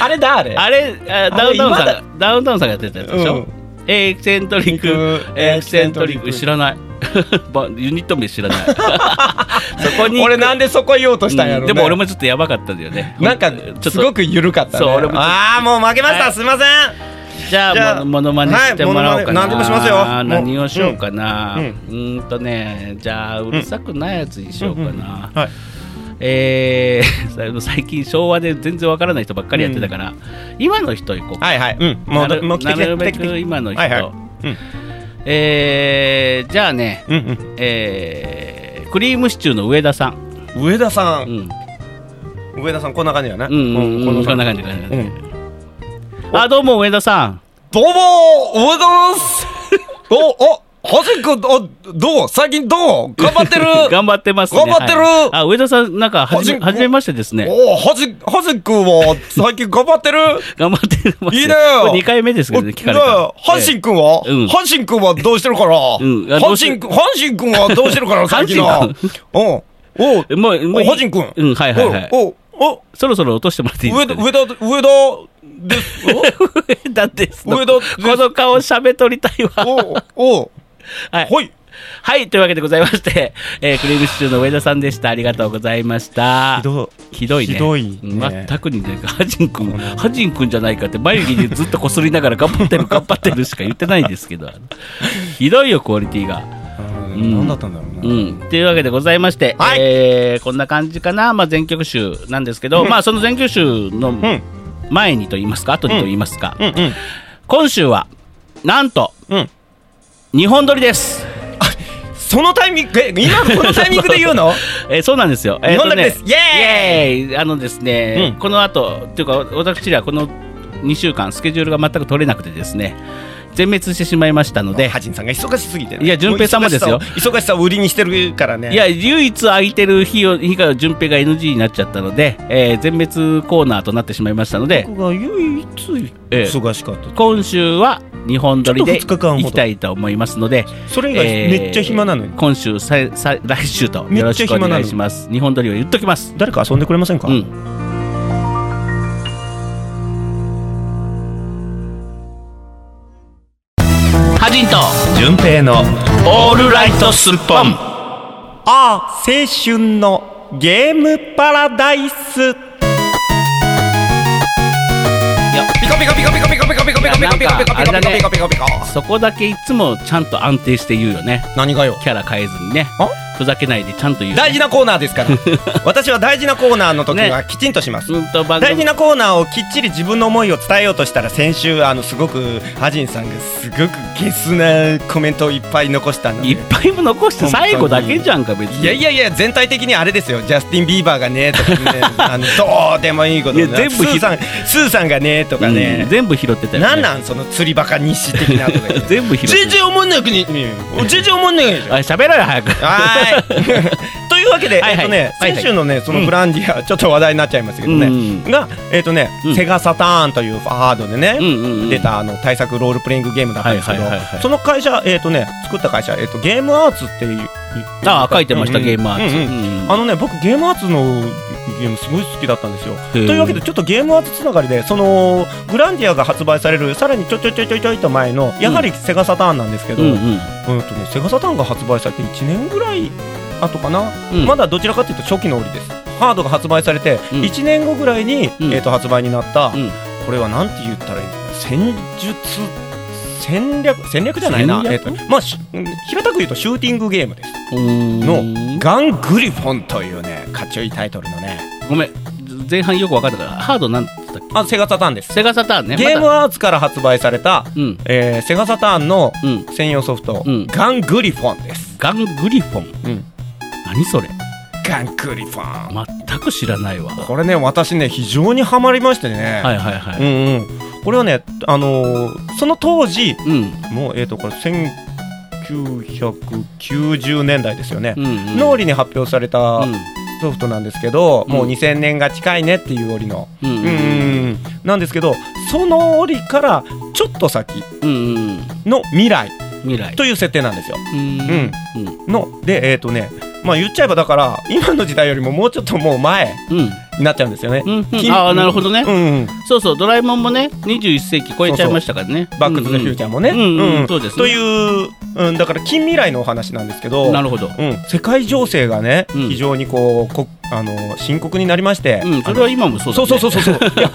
[SPEAKER 1] あれだ、あれ。
[SPEAKER 2] あれあダウンタウンさん
[SPEAKER 1] あれ
[SPEAKER 2] がダウンタウンさんがやってたやつでしょ、
[SPEAKER 1] うん
[SPEAKER 2] エキセントリック
[SPEAKER 1] 肉
[SPEAKER 2] エキセントリック知らない ばユニット名知らない そこに
[SPEAKER 1] 俺なんでそこ言おうとしたんやろ、
[SPEAKER 2] う
[SPEAKER 1] ね
[SPEAKER 2] んでも俺もちょっとやばかったんだよね
[SPEAKER 1] なんか
[SPEAKER 2] ちょっ、と
[SPEAKER 1] すごく緩かったね。
[SPEAKER 2] そう俺もちょっと
[SPEAKER 1] ああ、もう負けました、
[SPEAKER 2] はい
[SPEAKER 1] すいません。
[SPEAKER 2] じゃあ
[SPEAKER 1] じゃあ
[SPEAKER 2] ものモノマネしてもらおうかな、
[SPEAKER 1] はいモノマネ何でもしますよもう
[SPEAKER 2] 何をしようかなう
[SPEAKER 1] うんん
[SPEAKER 2] ーんとねじゃあうるさくないやつにしようかな、
[SPEAKER 1] はい。
[SPEAKER 2] えー、 最近昭和で全然わからない人ばっかりやってたから、今の人行こうか
[SPEAKER 1] はいはい。うん。も
[SPEAKER 2] な
[SPEAKER 1] う、
[SPEAKER 2] る
[SPEAKER 1] もう来て
[SPEAKER 2] な
[SPEAKER 1] きて
[SPEAKER 2] る
[SPEAKER 1] 来
[SPEAKER 2] べ
[SPEAKER 1] て来
[SPEAKER 2] く
[SPEAKER 1] て
[SPEAKER 2] 今の人、
[SPEAKER 1] はいはい。うん。
[SPEAKER 2] えー、じゃあね、
[SPEAKER 1] うん
[SPEAKER 2] えー、クリームシチューの上田さん、
[SPEAKER 1] うん。上田さ、
[SPEAKER 2] うんん
[SPEAKER 1] 上田さん、こんな感じやな。
[SPEAKER 2] うんうんうん、こんな感じこんな感じ、あどうも上田さん
[SPEAKER 1] どうもおはようございますお、お、はじくん、お、どう最近どう頑張ってる
[SPEAKER 2] 頑張ってますね
[SPEAKER 1] 頑張ってる
[SPEAKER 2] はいあ上田さんなんかはじめ
[SPEAKER 1] はじ
[SPEAKER 2] 初めましてですね
[SPEAKER 1] お、はじ、はじくんは最近頑張って る
[SPEAKER 2] 頑張ってます
[SPEAKER 1] いいねよ
[SPEAKER 2] これ2回目ですけどね、聞かれた
[SPEAKER 1] お
[SPEAKER 2] の。
[SPEAKER 1] ね阪神くんは
[SPEAKER 2] ええうん
[SPEAKER 1] 阪神くんはどうしてるから
[SPEAKER 2] んあ
[SPEAKER 1] 阪
[SPEAKER 2] どうし
[SPEAKER 1] 神くん、阪神くんはどうしてる から最近は
[SPEAKER 2] 阪
[SPEAKER 1] おお、
[SPEAKER 2] ええもう、もういい、
[SPEAKER 1] お、はじんくん。
[SPEAKER 2] うん、はいはいはい。
[SPEAKER 1] お、お、お、
[SPEAKER 2] そろそろ落としてもらっていいで
[SPEAKER 1] 上
[SPEAKER 2] す
[SPEAKER 1] 田、
[SPEAKER 2] か、
[SPEAKER 1] 上田、上田 です。
[SPEAKER 2] 上田です。
[SPEAKER 1] 上田
[SPEAKER 2] こ
[SPEAKER 1] です
[SPEAKER 2] の顔喋っとりたいわ。
[SPEAKER 1] お、お、お、
[SPEAKER 2] はい。
[SPEAKER 1] ほい。
[SPEAKER 2] はい、というわけでございまして、えークリームシチューの上田さんでした。ありがとうございました。
[SPEAKER 1] ど
[SPEAKER 2] ひどいね。
[SPEAKER 1] ひどいね
[SPEAKER 2] うん全くにね、ハジン君、ハジン君じゃないかって、眉毛にずっとこすりながら頑張ってる、頑張ってるしか言ってないんですけど、あのひどいよ、クオリティが。ん
[SPEAKER 1] 何だったんだろうな。
[SPEAKER 2] うん、というわけでございまして、
[SPEAKER 1] はい
[SPEAKER 2] えーこんな感じかな、まあ、全曲集なんですけど、まあ、その全曲集の
[SPEAKER 1] ん
[SPEAKER 2] 前にと言いますか後にと言いますか、
[SPEAKER 1] うん、うん。
[SPEAKER 2] 今週はなんと
[SPEAKER 1] うん、
[SPEAKER 2] 日本撮りです、
[SPEAKER 1] そのタイミングえ今のこのタイミングで言う の
[SPEAKER 2] えーそうなんですよ、
[SPEAKER 1] 日本撮りです
[SPEAKER 2] えーと
[SPEAKER 1] イエ
[SPEAKER 2] ね、イエーイあのですね、
[SPEAKER 1] うん
[SPEAKER 2] この後というか私らこの2週間スケジュールが全く取れなくてですね全滅してしまいましたので
[SPEAKER 1] でハジンさんが忙しすぎてね
[SPEAKER 2] いや順平さんもですよ
[SPEAKER 1] 忙しさを忙しさを売りにしてるからね
[SPEAKER 2] いや唯一空いてる日を日が順平が NG になっちゃったので、えー全滅コーナーとなってしまいましたので、
[SPEAKER 1] 僕が唯一
[SPEAKER 2] ええ
[SPEAKER 1] 忙しかった、
[SPEAKER 2] 今週は日本撮りで
[SPEAKER 1] ちょっと二日間ほ
[SPEAKER 2] 行
[SPEAKER 1] ど
[SPEAKER 2] きたいと思いますので、
[SPEAKER 1] それ以外
[SPEAKER 2] えー
[SPEAKER 1] めっちゃ暇なのに、
[SPEAKER 2] 今週さいさい来週とよ
[SPEAKER 1] め
[SPEAKER 2] ろ
[SPEAKER 1] っちゃ
[SPEAKER 2] しくお
[SPEAKER 1] 暇なの
[SPEAKER 2] 願いします日本撮りを言っときます
[SPEAKER 1] 誰か遊んでくれませんか、
[SPEAKER 2] うんハジンと
[SPEAKER 1] 順平の
[SPEAKER 2] オールライトスッポン
[SPEAKER 1] あ青春のゲームパラダイスピコピコピコピコピコピコピコピコピコピコピコピコピコピコピコピコ
[SPEAKER 2] そこだけいつもちゃんと安定して言うよね
[SPEAKER 1] 何がよ
[SPEAKER 2] キャラ変えずにね
[SPEAKER 1] あ
[SPEAKER 2] ふざけないでちゃんと言うよね、
[SPEAKER 1] 大事なコーナーですから 私は大事なコーナーの時はきちんとします、
[SPEAKER 2] うんと番組
[SPEAKER 1] 大事なコーナーをきっちり自分の思いを伝えようとしたら先週あのすごくハジンさんがすごくゲスなコメントをいっぱい残したので
[SPEAKER 2] いっぱいも残して最後だけじゃんか別に
[SPEAKER 1] いやいやいや全体的にあれですよジャスティン・ビーバーがねとかねあのどうでもいいことね
[SPEAKER 2] いや全部
[SPEAKER 1] スーさんスーさんがねとか
[SPEAKER 2] う
[SPEAKER 1] ね
[SPEAKER 2] ん、全部拾ってたよ、ね、
[SPEAKER 1] なんなんその釣りバカ日誌的なと か言って
[SPEAKER 2] 全部拾って
[SPEAKER 1] 全然思んなくね全然思んなくね
[SPEAKER 2] あ喋ろよ早く
[SPEAKER 1] はー い。というわけで、
[SPEAKER 2] はい
[SPEAKER 1] えっ
[SPEAKER 2] はい
[SPEAKER 1] とね、
[SPEAKER 2] はいはい
[SPEAKER 1] 先週のね、そのブランディア、ちょっと話題になっちゃいましたけどね、
[SPEAKER 2] うん
[SPEAKER 1] が、えっとね、
[SPEAKER 2] うん
[SPEAKER 1] セガサターンというハードでね、
[SPEAKER 2] うんうんうん
[SPEAKER 1] 出たあの対策ロールプレイングゲームだったんですけど
[SPEAKER 2] はいはいはいはい、
[SPEAKER 1] その会社、えっとね、作った会社、えっとゲームアーツっていう。
[SPEAKER 2] ああ書いてました、
[SPEAKER 1] うん
[SPEAKER 2] ゲームアーツ、
[SPEAKER 1] うんうんあのね、僕ゲームアーツのゲームすごい好きだったんですよ。と
[SPEAKER 2] へー
[SPEAKER 1] いうわけでちょっとゲームアーツつながりでそのグランディアが発売されるさらにちょちょちょちょちょいと前のやはりセガサターンなんですけど、
[SPEAKER 2] うんうん
[SPEAKER 1] うんとね、セガサターンが発売されて1年ぐらい後かな、
[SPEAKER 2] うん
[SPEAKER 1] まだどちらかというと初期の折ですハードが発売されて
[SPEAKER 2] うん
[SPEAKER 1] 1年後ぐらいに、
[SPEAKER 2] うん
[SPEAKER 1] えー、と発売になった、
[SPEAKER 2] うん
[SPEAKER 1] これはなんて言ったらいいのかな戦術戦略戦略じゃないな、
[SPEAKER 2] 戦
[SPEAKER 1] え
[SPEAKER 2] 略
[SPEAKER 1] ーとまあ、しうん平たく言うとシューティングゲームです
[SPEAKER 2] うん
[SPEAKER 1] のガン・グリフォンというねかっちょいいタイトルのね
[SPEAKER 2] ごめん前半よく分かったからハードなんつったっ
[SPEAKER 1] あセガサターンです
[SPEAKER 2] けセガサターンね
[SPEAKER 1] ゲーム
[SPEAKER 2] ま
[SPEAKER 1] アーツから発売された、
[SPEAKER 2] たうん
[SPEAKER 1] えーセガサターンの
[SPEAKER 2] うん
[SPEAKER 1] 専用ソフト、
[SPEAKER 2] うん
[SPEAKER 1] ガン・グリフォンです、
[SPEAKER 2] ガングリフォン何それ
[SPEAKER 1] ガン・グリフォン
[SPEAKER 2] ま全く知らないわ。は
[SPEAKER 1] これね私ね非常にはまりましてね、
[SPEAKER 2] いはいは
[SPEAKER 1] う
[SPEAKER 2] い。
[SPEAKER 1] んうん、これはね、あのーその当時
[SPEAKER 2] うん。
[SPEAKER 1] もうえっ、とこれ1990年代ですよね、
[SPEAKER 2] うん。
[SPEAKER 1] の折に発表された
[SPEAKER 2] うん。
[SPEAKER 1] ソフトなんですけど、
[SPEAKER 2] うん
[SPEAKER 1] もう2000年が近いねっていう折の、
[SPEAKER 2] う。
[SPEAKER 1] うんんうんうん、なんですけどその折からちょっと先
[SPEAKER 2] うん。うん。
[SPEAKER 1] の未来
[SPEAKER 2] 未来。
[SPEAKER 1] という設定なんですよ。
[SPEAKER 2] うん。
[SPEAKER 1] うん
[SPEAKER 2] うん。
[SPEAKER 1] のでえっ、とねまあ言っちゃえばだから今の時代よりももうちょっともう前
[SPEAKER 2] うん。
[SPEAKER 1] になっちゃうんですよね。
[SPEAKER 2] うんうん
[SPEAKER 1] き
[SPEAKER 2] ああなるほどね、
[SPEAKER 1] うんうん、
[SPEAKER 2] そうそうドラえもんもね21世紀超えちゃいましたからね
[SPEAKER 1] バック・トゥ・ザ・フューチャーもね。
[SPEAKER 2] うんうんうん
[SPEAKER 1] うん
[SPEAKER 2] そうですね
[SPEAKER 1] という、うん、だから近未来のお話なんですけど
[SPEAKER 2] なるほど、
[SPEAKER 1] うん、世界情勢がね、
[SPEAKER 2] うん
[SPEAKER 1] 非常にこうこあの深刻になりまして、
[SPEAKER 2] うん、それは今もそうだ、
[SPEAKER 1] そうそ
[SPEAKER 2] ね、
[SPEAKER 1] うそうそう そう。いや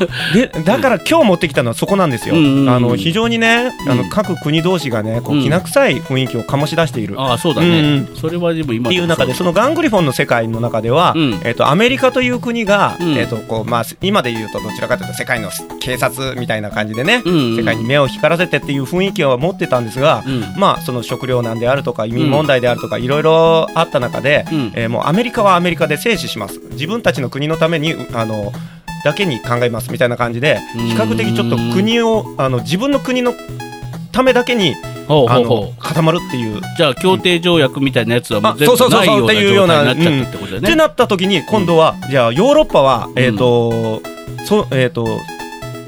[SPEAKER 1] でだから今日持ってきたのはそこなんですよ。
[SPEAKER 2] うんうんうん
[SPEAKER 1] あの非常にね、あ
[SPEAKER 2] う
[SPEAKER 1] の
[SPEAKER 2] ん
[SPEAKER 1] 各国同士がね、こ
[SPEAKER 2] う
[SPEAKER 1] うんきな臭い雰囲気を醸し出している。っ
[SPEAKER 2] ああそうだね、
[SPEAKER 1] うん
[SPEAKER 2] それはでも今
[SPEAKER 1] ていう中で、そのガングリフォンの世界の中では、
[SPEAKER 2] うん
[SPEAKER 1] えっとアメリカという国が、
[SPEAKER 2] うん
[SPEAKER 1] えっとこうまあ今で言うとどちらかというと世界の警察みたいな感じでね、
[SPEAKER 2] うん
[SPEAKER 1] 世界に目を光らせてっていう雰囲気を持ってたんですが、まあその食糧難であるとか移民問題であるとかいろいろあった中で、
[SPEAKER 2] うん
[SPEAKER 1] えーもうアメリカはアメリカで制止します自分たちの国のためにうあのだけに考えますみたいな感じで
[SPEAKER 2] うーん
[SPEAKER 1] 比較的ちょっと国をあの自分の国のためだけに
[SPEAKER 2] ほう
[SPEAKER 1] あ
[SPEAKER 2] ほう
[SPEAKER 1] の
[SPEAKER 2] ほう
[SPEAKER 1] 固まるっていう。
[SPEAKER 2] じゃあ協定条約みたいなやつはもう
[SPEAKER 1] あ
[SPEAKER 2] 全
[SPEAKER 1] そうそ
[SPEAKER 2] 部
[SPEAKER 1] うそう
[SPEAKER 2] ない
[SPEAKER 1] そう
[SPEAKER 2] ような
[SPEAKER 1] っていうよ
[SPEAKER 2] 状
[SPEAKER 1] うな
[SPEAKER 2] 態になっちゃったってことだよ
[SPEAKER 1] っ
[SPEAKER 2] ね
[SPEAKER 1] て、なった時に今度は、じゃあヨーロッパは、えーとそえー、と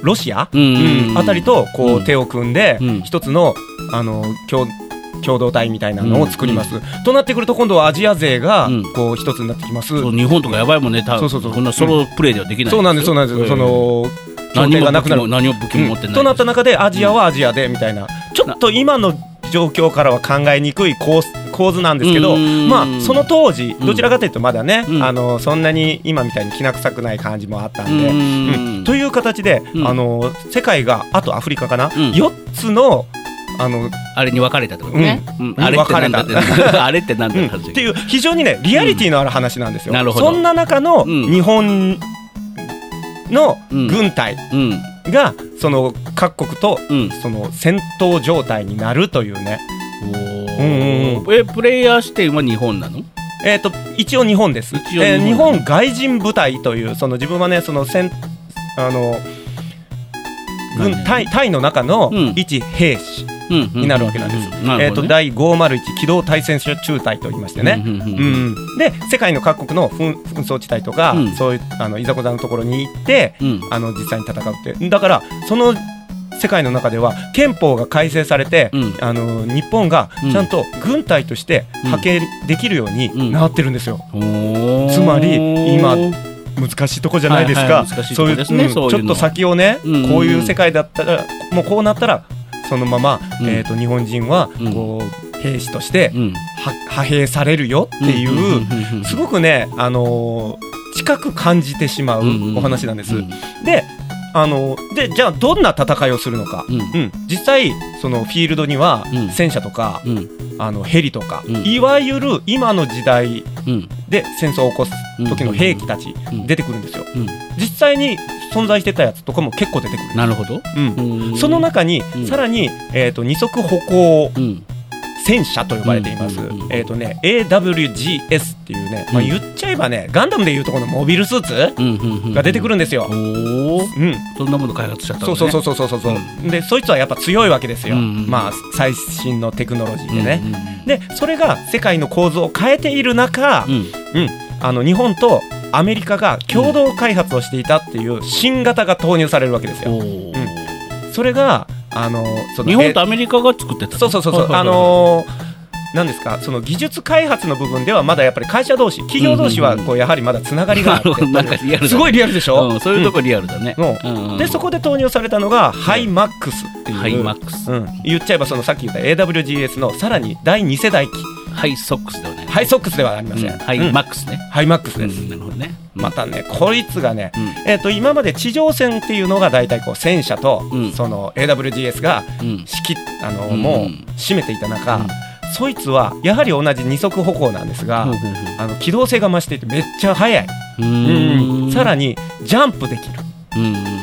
[SPEAKER 1] ロシア、
[SPEAKER 2] うんうんうん
[SPEAKER 1] あたりとこう、
[SPEAKER 2] うん
[SPEAKER 1] 手を組んで、
[SPEAKER 2] うん
[SPEAKER 1] 一つのあの共共同体みたいなのを作ります、となってくると今度はアジア勢が、
[SPEAKER 2] うん
[SPEAKER 1] こう一つになってきます。
[SPEAKER 2] そう日本とかやばいもんね多分
[SPEAKER 1] そうそうそう
[SPEAKER 2] こんなソロプレイではできない
[SPEAKER 1] そうなんです、そうなんです、
[SPEAKER 2] ええ
[SPEAKER 1] その協
[SPEAKER 2] 何
[SPEAKER 1] 定
[SPEAKER 2] も
[SPEAKER 1] がなくなる。
[SPEAKER 2] 何も武器も持ってない、
[SPEAKER 1] うんとなった中で、アジアはアジアでみたいな、ちょっと今の状況からは考えにくい構構図なんですけど、
[SPEAKER 2] うん
[SPEAKER 1] まあ、その当時、
[SPEAKER 2] うん
[SPEAKER 1] どちらかというと、まだね、
[SPEAKER 2] うん
[SPEAKER 1] あのそんなに今みたいにきな臭くない感じもあった
[SPEAKER 2] うん
[SPEAKER 1] で。
[SPEAKER 2] ん、
[SPEAKER 1] という形で、
[SPEAKER 2] うん
[SPEAKER 1] あの世界があとアフリカかな、
[SPEAKER 2] うん
[SPEAKER 1] 四4つのあの、
[SPEAKER 2] あれに分かれたってことね、うんあれってなんだって
[SPEAKER 1] 分
[SPEAKER 2] あれってなんだ
[SPEAKER 1] う
[SPEAKER 2] っ
[SPEAKER 1] ん
[SPEAKER 2] て
[SPEAKER 1] っ
[SPEAKER 2] 話だ
[SPEAKER 1] て
[SPEAKER 2] け
[SPEAKER 1] い
[SPEAKER 2] ど
[SPEAKER 1] う非常にねリアリティのある話なんですよ。
[SPEAKER 2] うんなるほど
[SPEAKER 1] そんな中の
[SPEAKER 2] うん
[SPEAKER 1] 日本の
[SPEAKER 2] うん
[SPEAKER 1] 軍隊
[SPEAKER 2] うん
[SPEAKER 1] が、その各国と
[SPEAKER 2] うん
[SPEAKER 1] その戦闘状態になるというね、
[SPEAKER 2] お
[SPEAKER 1] うん
[SPEAKER 2] ーえプレイヤー視点は日本なの
[SPEAKER 1] えー、と一応日本です
[SPEAKER 2] 一応日本
[SPEAKER 1] えー日本外人部隊というその自分はねその戦あの軍
[SPEAKER 2] 何
[SPEAKER 1] 隊隊の中の
[SPEAKER 2] うん
[SPEAKER 1] 一兵士、
[SPEAKER 2] に
[SPEAKER 1] になるわけなんです。え
[SPEAKER 2] え
[SPEAKER 1] ー、と第501機動対戦中隊と言いましてね、うんで世界の各国の紛紛争地帯とか、
[SPEAKER 2] うん
[SPEAKER 1] そういうあのいざこざのところに行って
[SPEAKER 2] うん
[SPEAKER 1] あの実際に戦うってだからその世界の中では憲法が改正されて、
[SPEAKER 2] うん
[SPEAKER 1] あの日本が
[SPEAKER 2] うん
[SPEAKER 1] ちゃんと軍隊として派遣できるようになってるんですよ、
[SPEAKER 2] おー
[SPEAKER 1] つまり今難しいとこじゃないですか、
[SPEAKER 2] はいはい難しいとこですね
[SPEAKER 1] そういううん
[SPEAKER 2] そう
[SPEAKER 1] ち
[SPEAKER 2] いう
[SPEAKER 1] ょっ
[SPEAKER 2] の
[SPEAKER 1] と先をね、
[SPEAKER 2] うんうん
[SPEAKER 1] こういう世界だったらもうこうなったらそのまま、
[SPEAKER 2] うん
[SPEAKER 1] えー、と日本人は
[SPEAKER 2] うん
[SPEAKER 1] こう、兵士として
[SPEAKER 2] うん
[SPEAKER 1] は派兵されるよっていう、
[SPEAKER 2] うん
[SPEAKER 1] すごくね、あのー近く感じてしまうお話なんです。
[SPEAKER 2] うん
[SPEAKER 1] で,、あのーでじゃあどんな戦いをするのか、
[SPEAKER 2] う
[SPEAKER 1] う
[SPEAKER 2] ん
[SPEAKER 1] ん、実際そのフィールドには
[SPEAKER 2] うん
[SPEAKER 1] 戦車とか、
[SPEAKER 2] うん
[SPEAKER 1] あのヘリとか、
[SPEAKER 2] うん
[SPEAKER 1] いわゆる今の時代
[SPEAKER 2] うん
[SPEAKER 1] で戦争を起こす時の兵器たち
[SPEAKER 2] うん
[SPEAKER 1] 出てくるんですよ。
[SPEAKER 2] うん
[SPEAKER 1] 実際に存在してたやつとかも結構出てくる。
[SPEAKER 2] なるほど
[SPEAKER 1] うん
[SPEAKER 2] うん
[SPEAKER 1] その中に、
[SPEAKER 2] うん
[SPEAKER 1] さらに、えー、と二足歩行
[SPEAKER 2] うん
[SPEAKER 1] 戦車と呼ばれています、
[SPEAKER 2] うんうんうん
[SPEAKER 1] えっ、とね AWGS っていうね、まあ、
[SPEAKER 2] うん
[SPEAKER 1] 言っちゃえばねガンダムでいうとこのモビルスーツ
[SPEAKER 2] うんうんうん
[SPEAKER 1] が出てくるんですよ
[SPEAKER 2] お、ー
[SPEAKER 1] うん
[SPEAKER 2] そんなもの開発しちゃった
[SPEAKER 1] そうそうそううそうそうそう、でそいつはやっぱ強いわけですよ、
[SPEAKER 2] うんうん
[SPEAKER 1] まあ最新のテクノロジーでね、
[SPEAKER 2] ね
[SPEAKER 1] でそれが世界の構造を変えている中、
[SPEAKER 2] うん
[SPEAKER 1] あの日本とアメリカが共同開発をしていたっていう新型が投入されるわけですよ、
[SPEAKER 2] おー
[SPEAKER 1] それがあのその
[SPEAKER 2] 日本とアメリカが作ってた
[SPEAKER 1] そうそうそうそう、あのーなんですかその技術開発の部分ではまだやっぱり会社同士企業同士は
[SPEAKER 2] うんうん
[SPEAKER 1] こうやはりまだつながりがあ
[SPEAKER 2] な
[SPEAKER 1] っ て
[SPEAKER 2] るほどなんかリアルだ
[SPEAKER 1] すごいリアルでしょ、
[SPEAKER 2] うんそういうとこリアルだね
[SPEAKER 1] うん
[SPEAKER 2] うんうん
[SPEAKER 1] でそこで投入されたのがハイマックスっていう、
[SPEAKER 2] ハイマックス
[SPEAKER 1] うん、言っちゃえばそのさっき言った AWGS のさらに第2世代機
[SPEAKER 2] ハイソックスではない
[SPEAKER 1] ハイソックスではありません、
[SPEAKER 2] うんハイ
[SPEAKER 1] うん
[SPEAKER 2] マックスね
[SPEAKER 1] ハイマックス
[SPEAKER 2] う
[SPEAKER 1] です、
[SPEAKER 2] んなるほどね
[SPEAKER 1] またねこいつがね、
[SPEAKER 2] うん
[SPEAKER 1] えー、と今まで地上戦っていうのが大体こう戦車と、
[SPEAKER 2] うん
[SPEAKER 1] その AWGS が
[SPEAKER 2] うん
[SPEAKER 1] 仕切っあの、
[SPEAKER 2] うん
[SPEAKER 1] もう占めていた中、
[SPEAKER 2] うん
[SPEAKER 1] そいつはやはり同じ二足歩行なんですが、あの機動性が増していてめっちゃ速い、
[SPEAKER 2] うん
[SPEAKER 1] さらにジャンプできる
[SPEAKER 2] う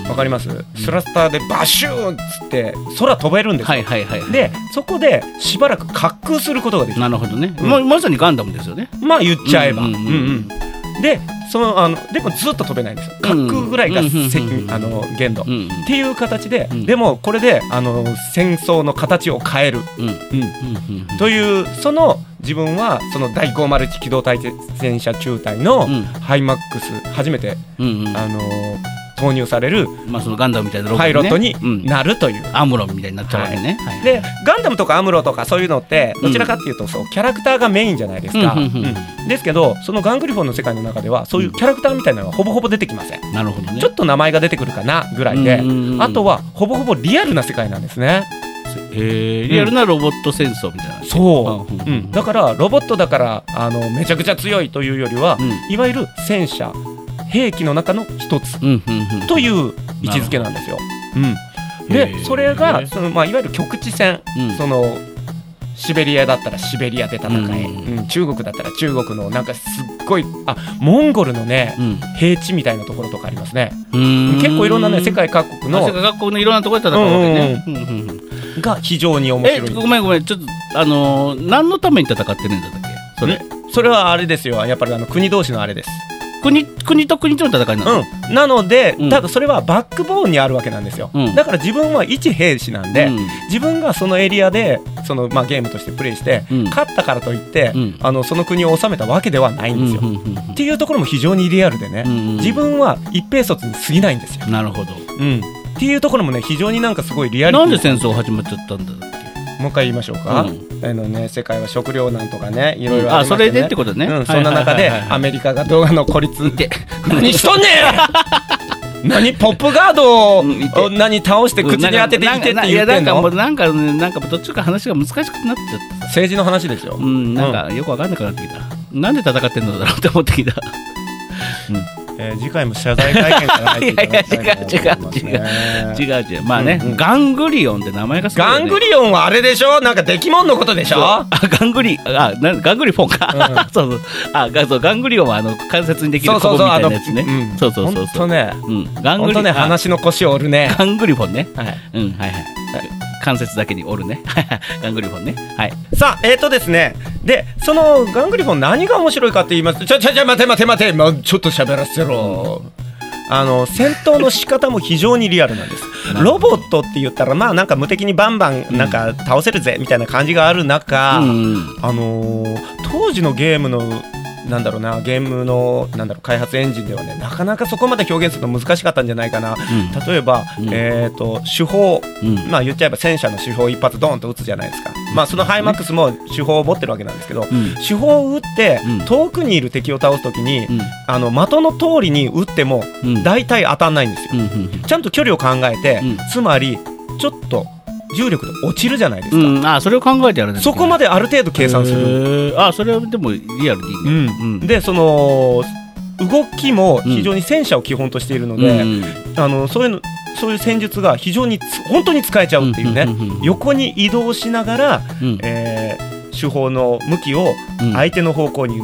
[SPEAKER 2] ん
[SPEAKER 1] わかります、スラスターでバシューンっつって空飛べるんですよ、
[SPEAKER 2] はいはいはいはい
[SPEAKER 1] でそこでしばらく滑空することができる
[SPEAKER 2] なるほどね
[SPEAKER 1] うん
[SPEAKER 2] ままさにガンダムですよね
[SPEAKER 1] まあ言っちゃえば、う
[SPEAKER 2] う
[SPEAKER 1] んん
[SPEAKER 2] う
[SPEAKER 1] うんん
[SPEAKER 2] うん
[SPEAKER 1] でそのあのでもずっと飛べないんですよ滑空ぐらいがせ
[SPEAKER 2] うん
[SPEAKER 1] あの限度、
[SPEAKER 2] う
[SPEAKER 1] っ
[SPEAKER 2] ん
[SPEAKER 1] ていう形で、
[SPEAKER 2] うん
[SPEAKER 1] でもこれであの戦争の形を変える、
[SPEAKER 2] うんう
[SPEAKER 1] う
[SPEAKER 2] ん
[SPEAKER 1] ん
[SPEAKER 2] うん
[SPEAKER 1] というその自分はその第501機動対戦車中隊の
[SPEAKER 2] うん
[SPEAKER 1] ハイマックス初めて、
[SPEAKER 2] うんうん
[SPEAKER 1] あの投入される
[SPEAKER 2] まあそのガンダムみたいなロボ
[SPEAKER 1] パイ
[SPEAKER 2] ット
[SPEAKER 1] ロット
[SPEAKER 2] ね
[SPEAKER 1] に
[SPEAKER 2] うん
[SPEAKER 1] なるという。
[SPEAKER 2] アムロンみたいになっちゃうわけねはいはい
[SPEAKER 1] でガンダムとかアムロとかそういうのってどちらかっていうとそうキャラクターがメインじゃないですか、
[SPEAKER 2] うんうんうん
[SPEAKER 1] うんですけどそのガングリフォンの世界の中ではそういうキャラクターみたいなのはほぼほぼ出てきません
[SPEAKER 2] なるほどね
[SPEAKER 1] ちょっと名前が出てくるかなぐらいであとはほぼほぼリアルな世界なんですね
[SPEAKER 2] えリアルなロボット戦争みたいな
[SPEAKER 1] そ
[SPEAKER 2] あ
[SPEAKER 1] う、
[SPEAKER 2] うん
[SPEAKER 1] うん、だからロボットだからあのめちゃくちゃ強いというよりは、
[SPEAKER 2] うん
[SPEAKER 1] いわゆる戦車兵器の中の一つ
[SPEAKER 2] うんうんうん
[SPEAKER 1] という位置づけなんですよ。うん、
[SPEAKER 2] へ
[SPEAKER 1] で
[SPEAKER 2] ー
[SPEAKER 1] それがその、まあ、いわゆる局地戦、
[SPEAKER 2] うん
[SPEAKER 1] そのシベリアだったらシベリアで戦え、
[SPEAKER 2] う
[SPEAKER 1] うん中国だったら中国のなんかすっごいあモンゴルのね
[SPEAKER 2] うん
[SPEAKER 1] 平地みたいなところとかありますね。
[SPEAKER 2] うん
[SPEAKER 1] 結構いろんなね世界各国
[SPEAKER 2] あ世
[SPEAKER 1] の
[SPEAKER 2] 界各国のいろんなところで戦うわけねうんうんうん
[SPEAKER 1] が非常に面
[SPEAKER 2] え
[SPEAKER 1] 白い
[SPEAKER 2] ごめんごめんちょっとあのー何のために戦ってるんだったっけそれ
[SPEAKER 1] それはあれですよやっぱりあの国同士のあれです。
[SPEAKER 2] 国国と国との戦いなの
[SPEAKER 1] うん、なので、
[SPEAKER 2] うん
[SPEAKER 1] ただそれはバックボーンにあるわけなんですよ、
[SPEAKER 2] うん
[SPEAKER 1] だから自分は一兵士なんで、自分がそのエリアでその、まあ、ゲームとしてプレイして、
[SPEAKER 2] うん
[SPEAKER 1] 勝ったからといって、
[SPEAKER 2] うん
[SPEAKER 1] あのその国を治めたわけではないんですよ、
[SPEAKER 2] うんうんうん
[SPEAKER 1] っていうところも非常にリアルでね、
[SPEAKER 2] うんうん
[SPEAKER 1] 自分は一兵卒に過ぎないんですよ、
[SPEAKER 2] なるほど
[SPEAKER 1] うん、っていうところもね非常になんかすごいリアル
[SPEAKER 2] なんで戦争始まっちゃったんだっけ
[SPEAKER 1] もう一回言いましょうか、
[SPEAKER 2] うん
[SPEAKER 1] あのね、世界は食糧難とかねいろいろあ
[SPEAKER 2] あ
[SPEAKER 1] りま
[SPEAKER 2] そ
[SPEAKER 1] して、ね
[SPEAKER 2] れでってことね
[SPEAKER 1] うん、そんな中で
[SPEAKER 2] はいはいはいはい
[SPEAKER 1] アメリカが動画の孤立
[SPEAKER 2] て
[SPEAKER 1] 何しとんねん何ポップガード
[SPEAKER 2] うんいて
[SPEAKER 1] を何倒して口に当てていてって言ってん
[SPEAKER 2] いやなんかも
[SPEAKER 1] の
[SPEAKER 2] うなんかねなんかどっちか話が難しくなっちゃった
[SPEAKER 1] 政治の話ですよ
[SPEAKER 2] うんなんかよくわかんなくなってきた、なんで戦ってんのだろうって思ってきた
[SPEAKER 1] えー次回も謝罪会見から入っていただきたいなと思います
[SPEAKER 2] いやいや
[SPEAKER 1] ね
[SPEAKER 2] 違う違うまあね、
[SPEAKER 1] うんうん
[SPEAKER 2] ガングリオンって名前がすごいよ
[SPEAKER 1] ガ
[SPEAKER 2] ね、
[SPEAKER 1] ングリオンはあれでしょなんか出来物のことでしょ
[SPEAKER 2] あガングリあなガングリフォンか、 そうそうあがそうガングリオンはあの関節にできる
[SPEAKER 1] そう
[SPEAKER 2] コ
[SPEAKER 1] そ
[SPEAKER 2] ブ
[SPEAKER 1] うそうあ
[SPEAKER 2] みたい
[SPEAKER 1] の
[SPEAKER 2] なやつね
[SPEAKER 1] うん
[SPEAKER 2] そうそうそう
[SPEAKER 1] ほん
[SPEAKER 2] そ
[SPEAKER 1] と
[SPEAKER 2] う
[SPEAKER 1] ね
[SPEAKER 2] うんガン
[SPEAKER 1] ほ
[SPEAKER 2] グ
[SPEAKER 1] んと
[SPEAKER 2] リ
[SPEAKER 1] ね
[SPEAKER 2] あ
[SPEAKER 1] 話の腰折るね
[SPEAKER 2] ガングリフォンね
[SPEAKER 1] はい
[SPEAKER 2] うんはいはい関節だけに折るね ガングリフォンねはい
[SPEAKER 1] さあえっ、ー、とですねでそのガングリフォン何が面白いかって言いますとちょちょちょ待て待て待て、ま、ちょっと喋らせろ、あの戦闘の仕方も非常にリアルなんです
[SPEAKER 2] なる
[SPEAKER 1] ロ
[SPEAKER 2] ほ
[SPEAKER 1] ボットって言ったらまあなんか無敵にバンバンなんか倒せるぜみたいな感じがある中、
[SPEAKER 2] うん
[SPEAKER 1] あのー当時のゲームのなんだろうなゲームのなんだろう開発エンジンではねなかなかそこまで表現するの難しかったんじゃないかな例えば、
[SPEAKER 2] うん
[SPEAKER 1] えー、と手法
[SPEAKER 2] うん
[SPEAKER 1] まあ言っちゃえば戦車の手法一発ドーンと撃つじゃないですか、まあ、そのハイマックスも手法を持ってるわけなんですけど、
[SPEAKER 2] うん
[SPEAKER 1] 手法を撃って
[SPEAKER 2] うん
[SPEAKER 1] 遠くにいる敵を倒すときに、
[SPEAKER 2] うん
[SPEAKER 1] あの的の通りに撃っても
[SPEAKER 2] うん
[SPEAKER 1] 大体当たんないんですよ、
[SPEAKER 2] うんうん
[SPEAKER 1] ちゃんと距離を考えて、
[SPEAKER 2] うん
[SPEAKER 1] つまりちょっと重力で落ちるじゃないですか、
[SPEAKER 2] うんあそれを考えてやるね
[SPEAKER 1] そこま
[SPEAKER 2] で
[SPEAKER 1] である程度計算する、
[SPEAKER 2] あそれはでもリアルでいいね
[SPEAKER 1] うんでその動きも非常に戦車を基本としているので、
[SPEAKER 2] うん
[SPEAKER 1] あのそういうのそういう戦術が非常につ本当に使えちゃうっていうね、
[SPEAKER 2] んんん
[SPEAKER 1] 横に移動しながら、
[SPEAKER 2] うん
[SPEAKER 1] えー手法の向きを
[SPEAKER 2] うん
[SPEAKER 1] 相手の方向に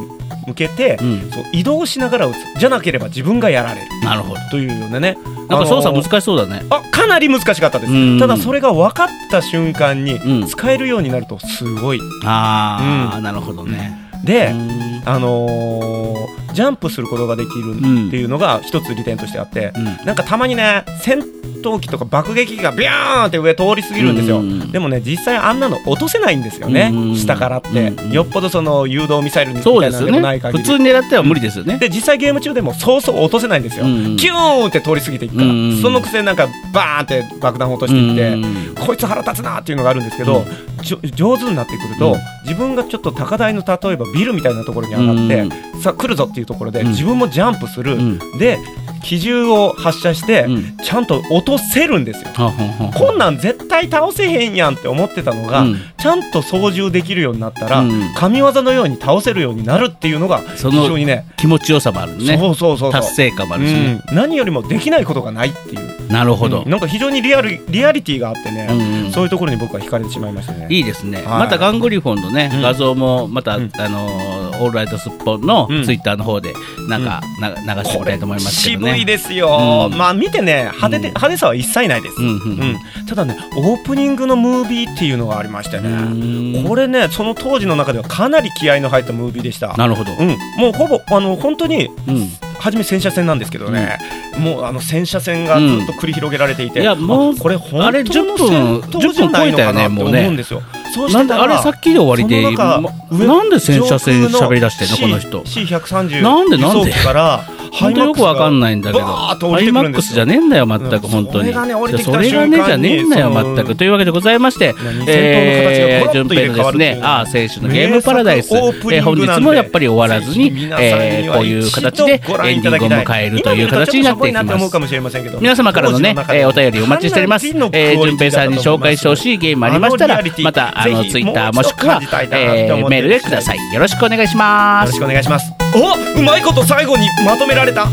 [SPEAKER 1] 向けて、
[SPEAKER 2] うん
[SPEAKER 1] そう移動しながら打つじゃなければ自分がやられる
[SPEAKER 2] なるほど
[SPEAKER 1] というようなね
[SPEAKER 2] なんか操作
[SPEAKER 1] あの
[SPEAKER 2] 難しそうだね
[SPEAKER 1] あかなり難しかったです、
[SPEAKER 2] うん
[SPEAKER 1] ただそれが分かった瞬間に
[SPEAKER 2] うん
[SPEAKER 1] 使えるようになるとすごい
[SPEAKER 2] ああなるほどね
[SPEAKER 1] で、
[SPEAKER 2] うん
[SPEAKER 1] あのージャンプすることができるっていうのが一つ利点としてあって、
[SPEAKER 2] うん
[SPEAKER 1] なんかたまにね戦闘機とか爆撃機がビューンって上通り過ぎるんですよ、
[SPEAKER 2] うん
[SPEAKER 1] でもね実際あんなの落とせないんですよね、
[SPEAKER 2] うん
[SPEAKER 1] 下からって、
[SPEAKER 2] うん
[SPEAKER 1] よっぽどその誘導ミサイルみた
[SPEAKER 2] そう
[SPEAKER 1] い
[SPEAKER 2] で
[SPEAKER 1] な
[SPEAKER 2] す
[SPEAKER 1] の
[SPEAKER 2] よ
[SPEAKER 1] でもな
[SPEAKER 2] ね
[SPEAKER 1] い限
[SPEAKER 2] 普
[SPEAKER 1] り
[SPEAKER 2] 通に狙っては無理ですよね
[SPEAKER 1] で実際ゲーム中でもそうそう落とせないんですよ、
[SPEAKER 2] うんうん
[SPEAKER 1] キューンって通り過ぎていくから、
[SPEAKER 2] うんうん
[SPEAKER 1] そのくせなんかバーンって爆弾を落としていって、
[SPEAKER 2] うん
[SPEAKER 1] こいつ腹立つなっていうのがあるんですけど、じょ上手になってくると、
[SPEAKER 2] うん
[SPEAKER 1] 自分がちょっと高台の例えばビルみたいなところに上がって、さあ来るぞっていうところで、
[SPEAKER 2] うん
[SPEAKER 1] 自分もジャンプする、
[SPEAKER 2] うん
[SPEAKER 1] で機銃を発射して、
[SPEAKER 2] うん
[SPEAKER 1] ちゃんと落とせるんですよ。
[SPEAKER 2] はあはあはあ
[SPEAKER 1] こんなん絶対倒せへんやんって思ってたのが、
[SPEAKER 2] うん
[SPEAKER 1] ちゃんと操縦できるようになったら、
[SPEAKER 2] うん
[SPEAKER 1] 神業のように倒せるようになるっていうのが
[SPEAKER 2] そ
[SPEAKER 1] 非
[SPEAKER 2] の
[SPEAKER 1] 常にね
[SPEAKER 2] 気持ちよさもあるね
[SPEAKER 1] そうそうそうそう
[SPEAKER 2] 達成感もあるしね
[SPEAKER 1] うん、何よりもできないことがないっていう、
[SPEAKER 2] なるほど
[SPEAKER 1] うんなんか非常にリアルリアリティがあってね、
[SPEAKER 2] うんうん
[SPEAKER 1] そういうところに僕は惹かれてしまいましたね。
[SPEAKER 2] いいですね、
[SPEAKER 1] はい
[SPEAKER 2] またガングリフォンのね、
[SPEAKER 1] うん
[SPEAKER 2] 画像もまた、
[SPEAKER 1] うん
[SPEAKER 2] あのーオールライトスッポンの
[SPEAKER 1] うん
[SPEAKER 2] ツイッターの方でなんか、な流してみたいと思いますけどね
[SPEAKER 1] 渋いですよ、
[SPEAKER 2] うん
[SPEAKER 1] まあ見てね派手で、
[SPEAKER 2] うん
[SPEAKER 1] 派手さは一切ないです、
[SPEAKER 2] うんうん
[SPEAKER 1] うんただねオープニングのムービーっていうのがありましてね、
[SPEAKER 2] うん
[SPEAKER 1] これねその当時の中ではかなり気合いの入ったムービーでした
[SPEAKER 2] なるほど、
[SPEAKER 1] うん、もうほぼあの本当に
[SPEAKER 2] うん
[SPEAKER 1] 初め戦車戦なんですけどね、もうあの戦車戦がずっと繰り広げられていて、
[SPEAKER 2] うんいやもう
[SPEAKER 1] あこれ本当
[SPEAKER 2] あれ
[SPEAKER 1] の
[SPEAKER 2] 10分
[SPEAKER 1] 戦闘じゃないのかなって
[SPEAKER 2] 10分超えたよねもうね
[SPEAKER 1] 思うんですよ。そうし
[SPEAKER 2] な
[SPEAKER 1] て
[SPEAKER 2] んで
[SPEAKER 1] た
[SPEAKER 2] あ
[SPEAKER 1] ら
[SPEAKER 2] れさっきで終わりで、
[SPEAKER 1] その中
[SPEAKER 2] ま
[SPEAKER 1] 上
[SPEAKER 2] なんで戦車戦喋り出してんの
[SPEAKER 1] 上
[SPEAKER 2] こ
[SPEAKER 1] 空
[SPEAKER 2] の人
[SPEAKER 1] C- C130
[SPEAKER 2] なんでなんで
[SPEAKER 1] 輸送機から
[SPEAKER 2] 本当よくわかんないんだけど、
[SPEAKER 1] ハイマックスがバーッと降
[SPEAKER 2] ハ
[SPEAKER 1] りて
[SPEAKER 2] イ
[SPEAKER 1] く
[SPEAKER 2] マ
[SPEAKER 1] る
[SPEAKER 2] ッ
[SPEAKER 1] んで
[SPEAKER 2] クス
[SPEAKER 1] す
[SPEAKER 2] じゃ
[SPEAKER 1] よ
[SPEAKER 2] ねえんだよ、全く
[SPEAKER 1] うん
[SPEAKER 2] 本当に。
[SPEAKER 1] それがね降りてきた
[SPEAKER 2] それがね
[SPEAKER 1] 瞬間に
[SPEAKER 2] じゃねえんだよ、
[SPEAKER 1] その
[SPEAKER 2] 全く。というわけでございまして
[SPEAKER 1] 何、戦闘の形がコロッと入れ替わるってい
[SPEAKER 2] えー、順平のです
[SPEAKER 1] う
[SPEAKER 2] ね、ああ、青春のゲームパラダイス、え
[SPEAKER 1] 名作オープニング
[SPEAKER 2] ー
[SPEAKER 1] な
[SPEAKER 2] 本
[SPEAKER 1] んで
[SPEAKER 2] 日もやっぱり終わらずに
[SPEAKER 1] ぜひ、皆さんには
[SPEAKER 2] えー、こういう形でエン
[SPEAKER 1] 一度ご覧い
[SPEAKER 2] デ
[SPEAKER 1] た
[SPEAKER 2] ィン
[SPEAKER 1] だ
[SPEAKER 2] グを
[SPEAKER 1] きたい
[SPEAKER 2] 迎えるという形にな
[SPEAKER 1] 今見るとちょっとしょ
[SPEAKER 2] っていき
[SPEAKER 1] ぼいなって
[SPEAKER 2] ま
[SPEAKER 1] 思う
[SPEAKER 2] す
[SPEAKER 1] か。もしれませんけど
[SPEAKER 2] 皆様からのね、えーお便りお待ちしております。えー、順平さんに紹介してほしいゲームありましたら、また、あの、ツイッターもしくは、えー、メールでくださ
[SPEAKER 1] い
[SPEAKER 2] い。よろしくお願いしま
[SPEAKER 1] よろ
[SPEAKER 2] す
[SPEAKER 1] し。くお願いしますおうまいこと最後にまとめられた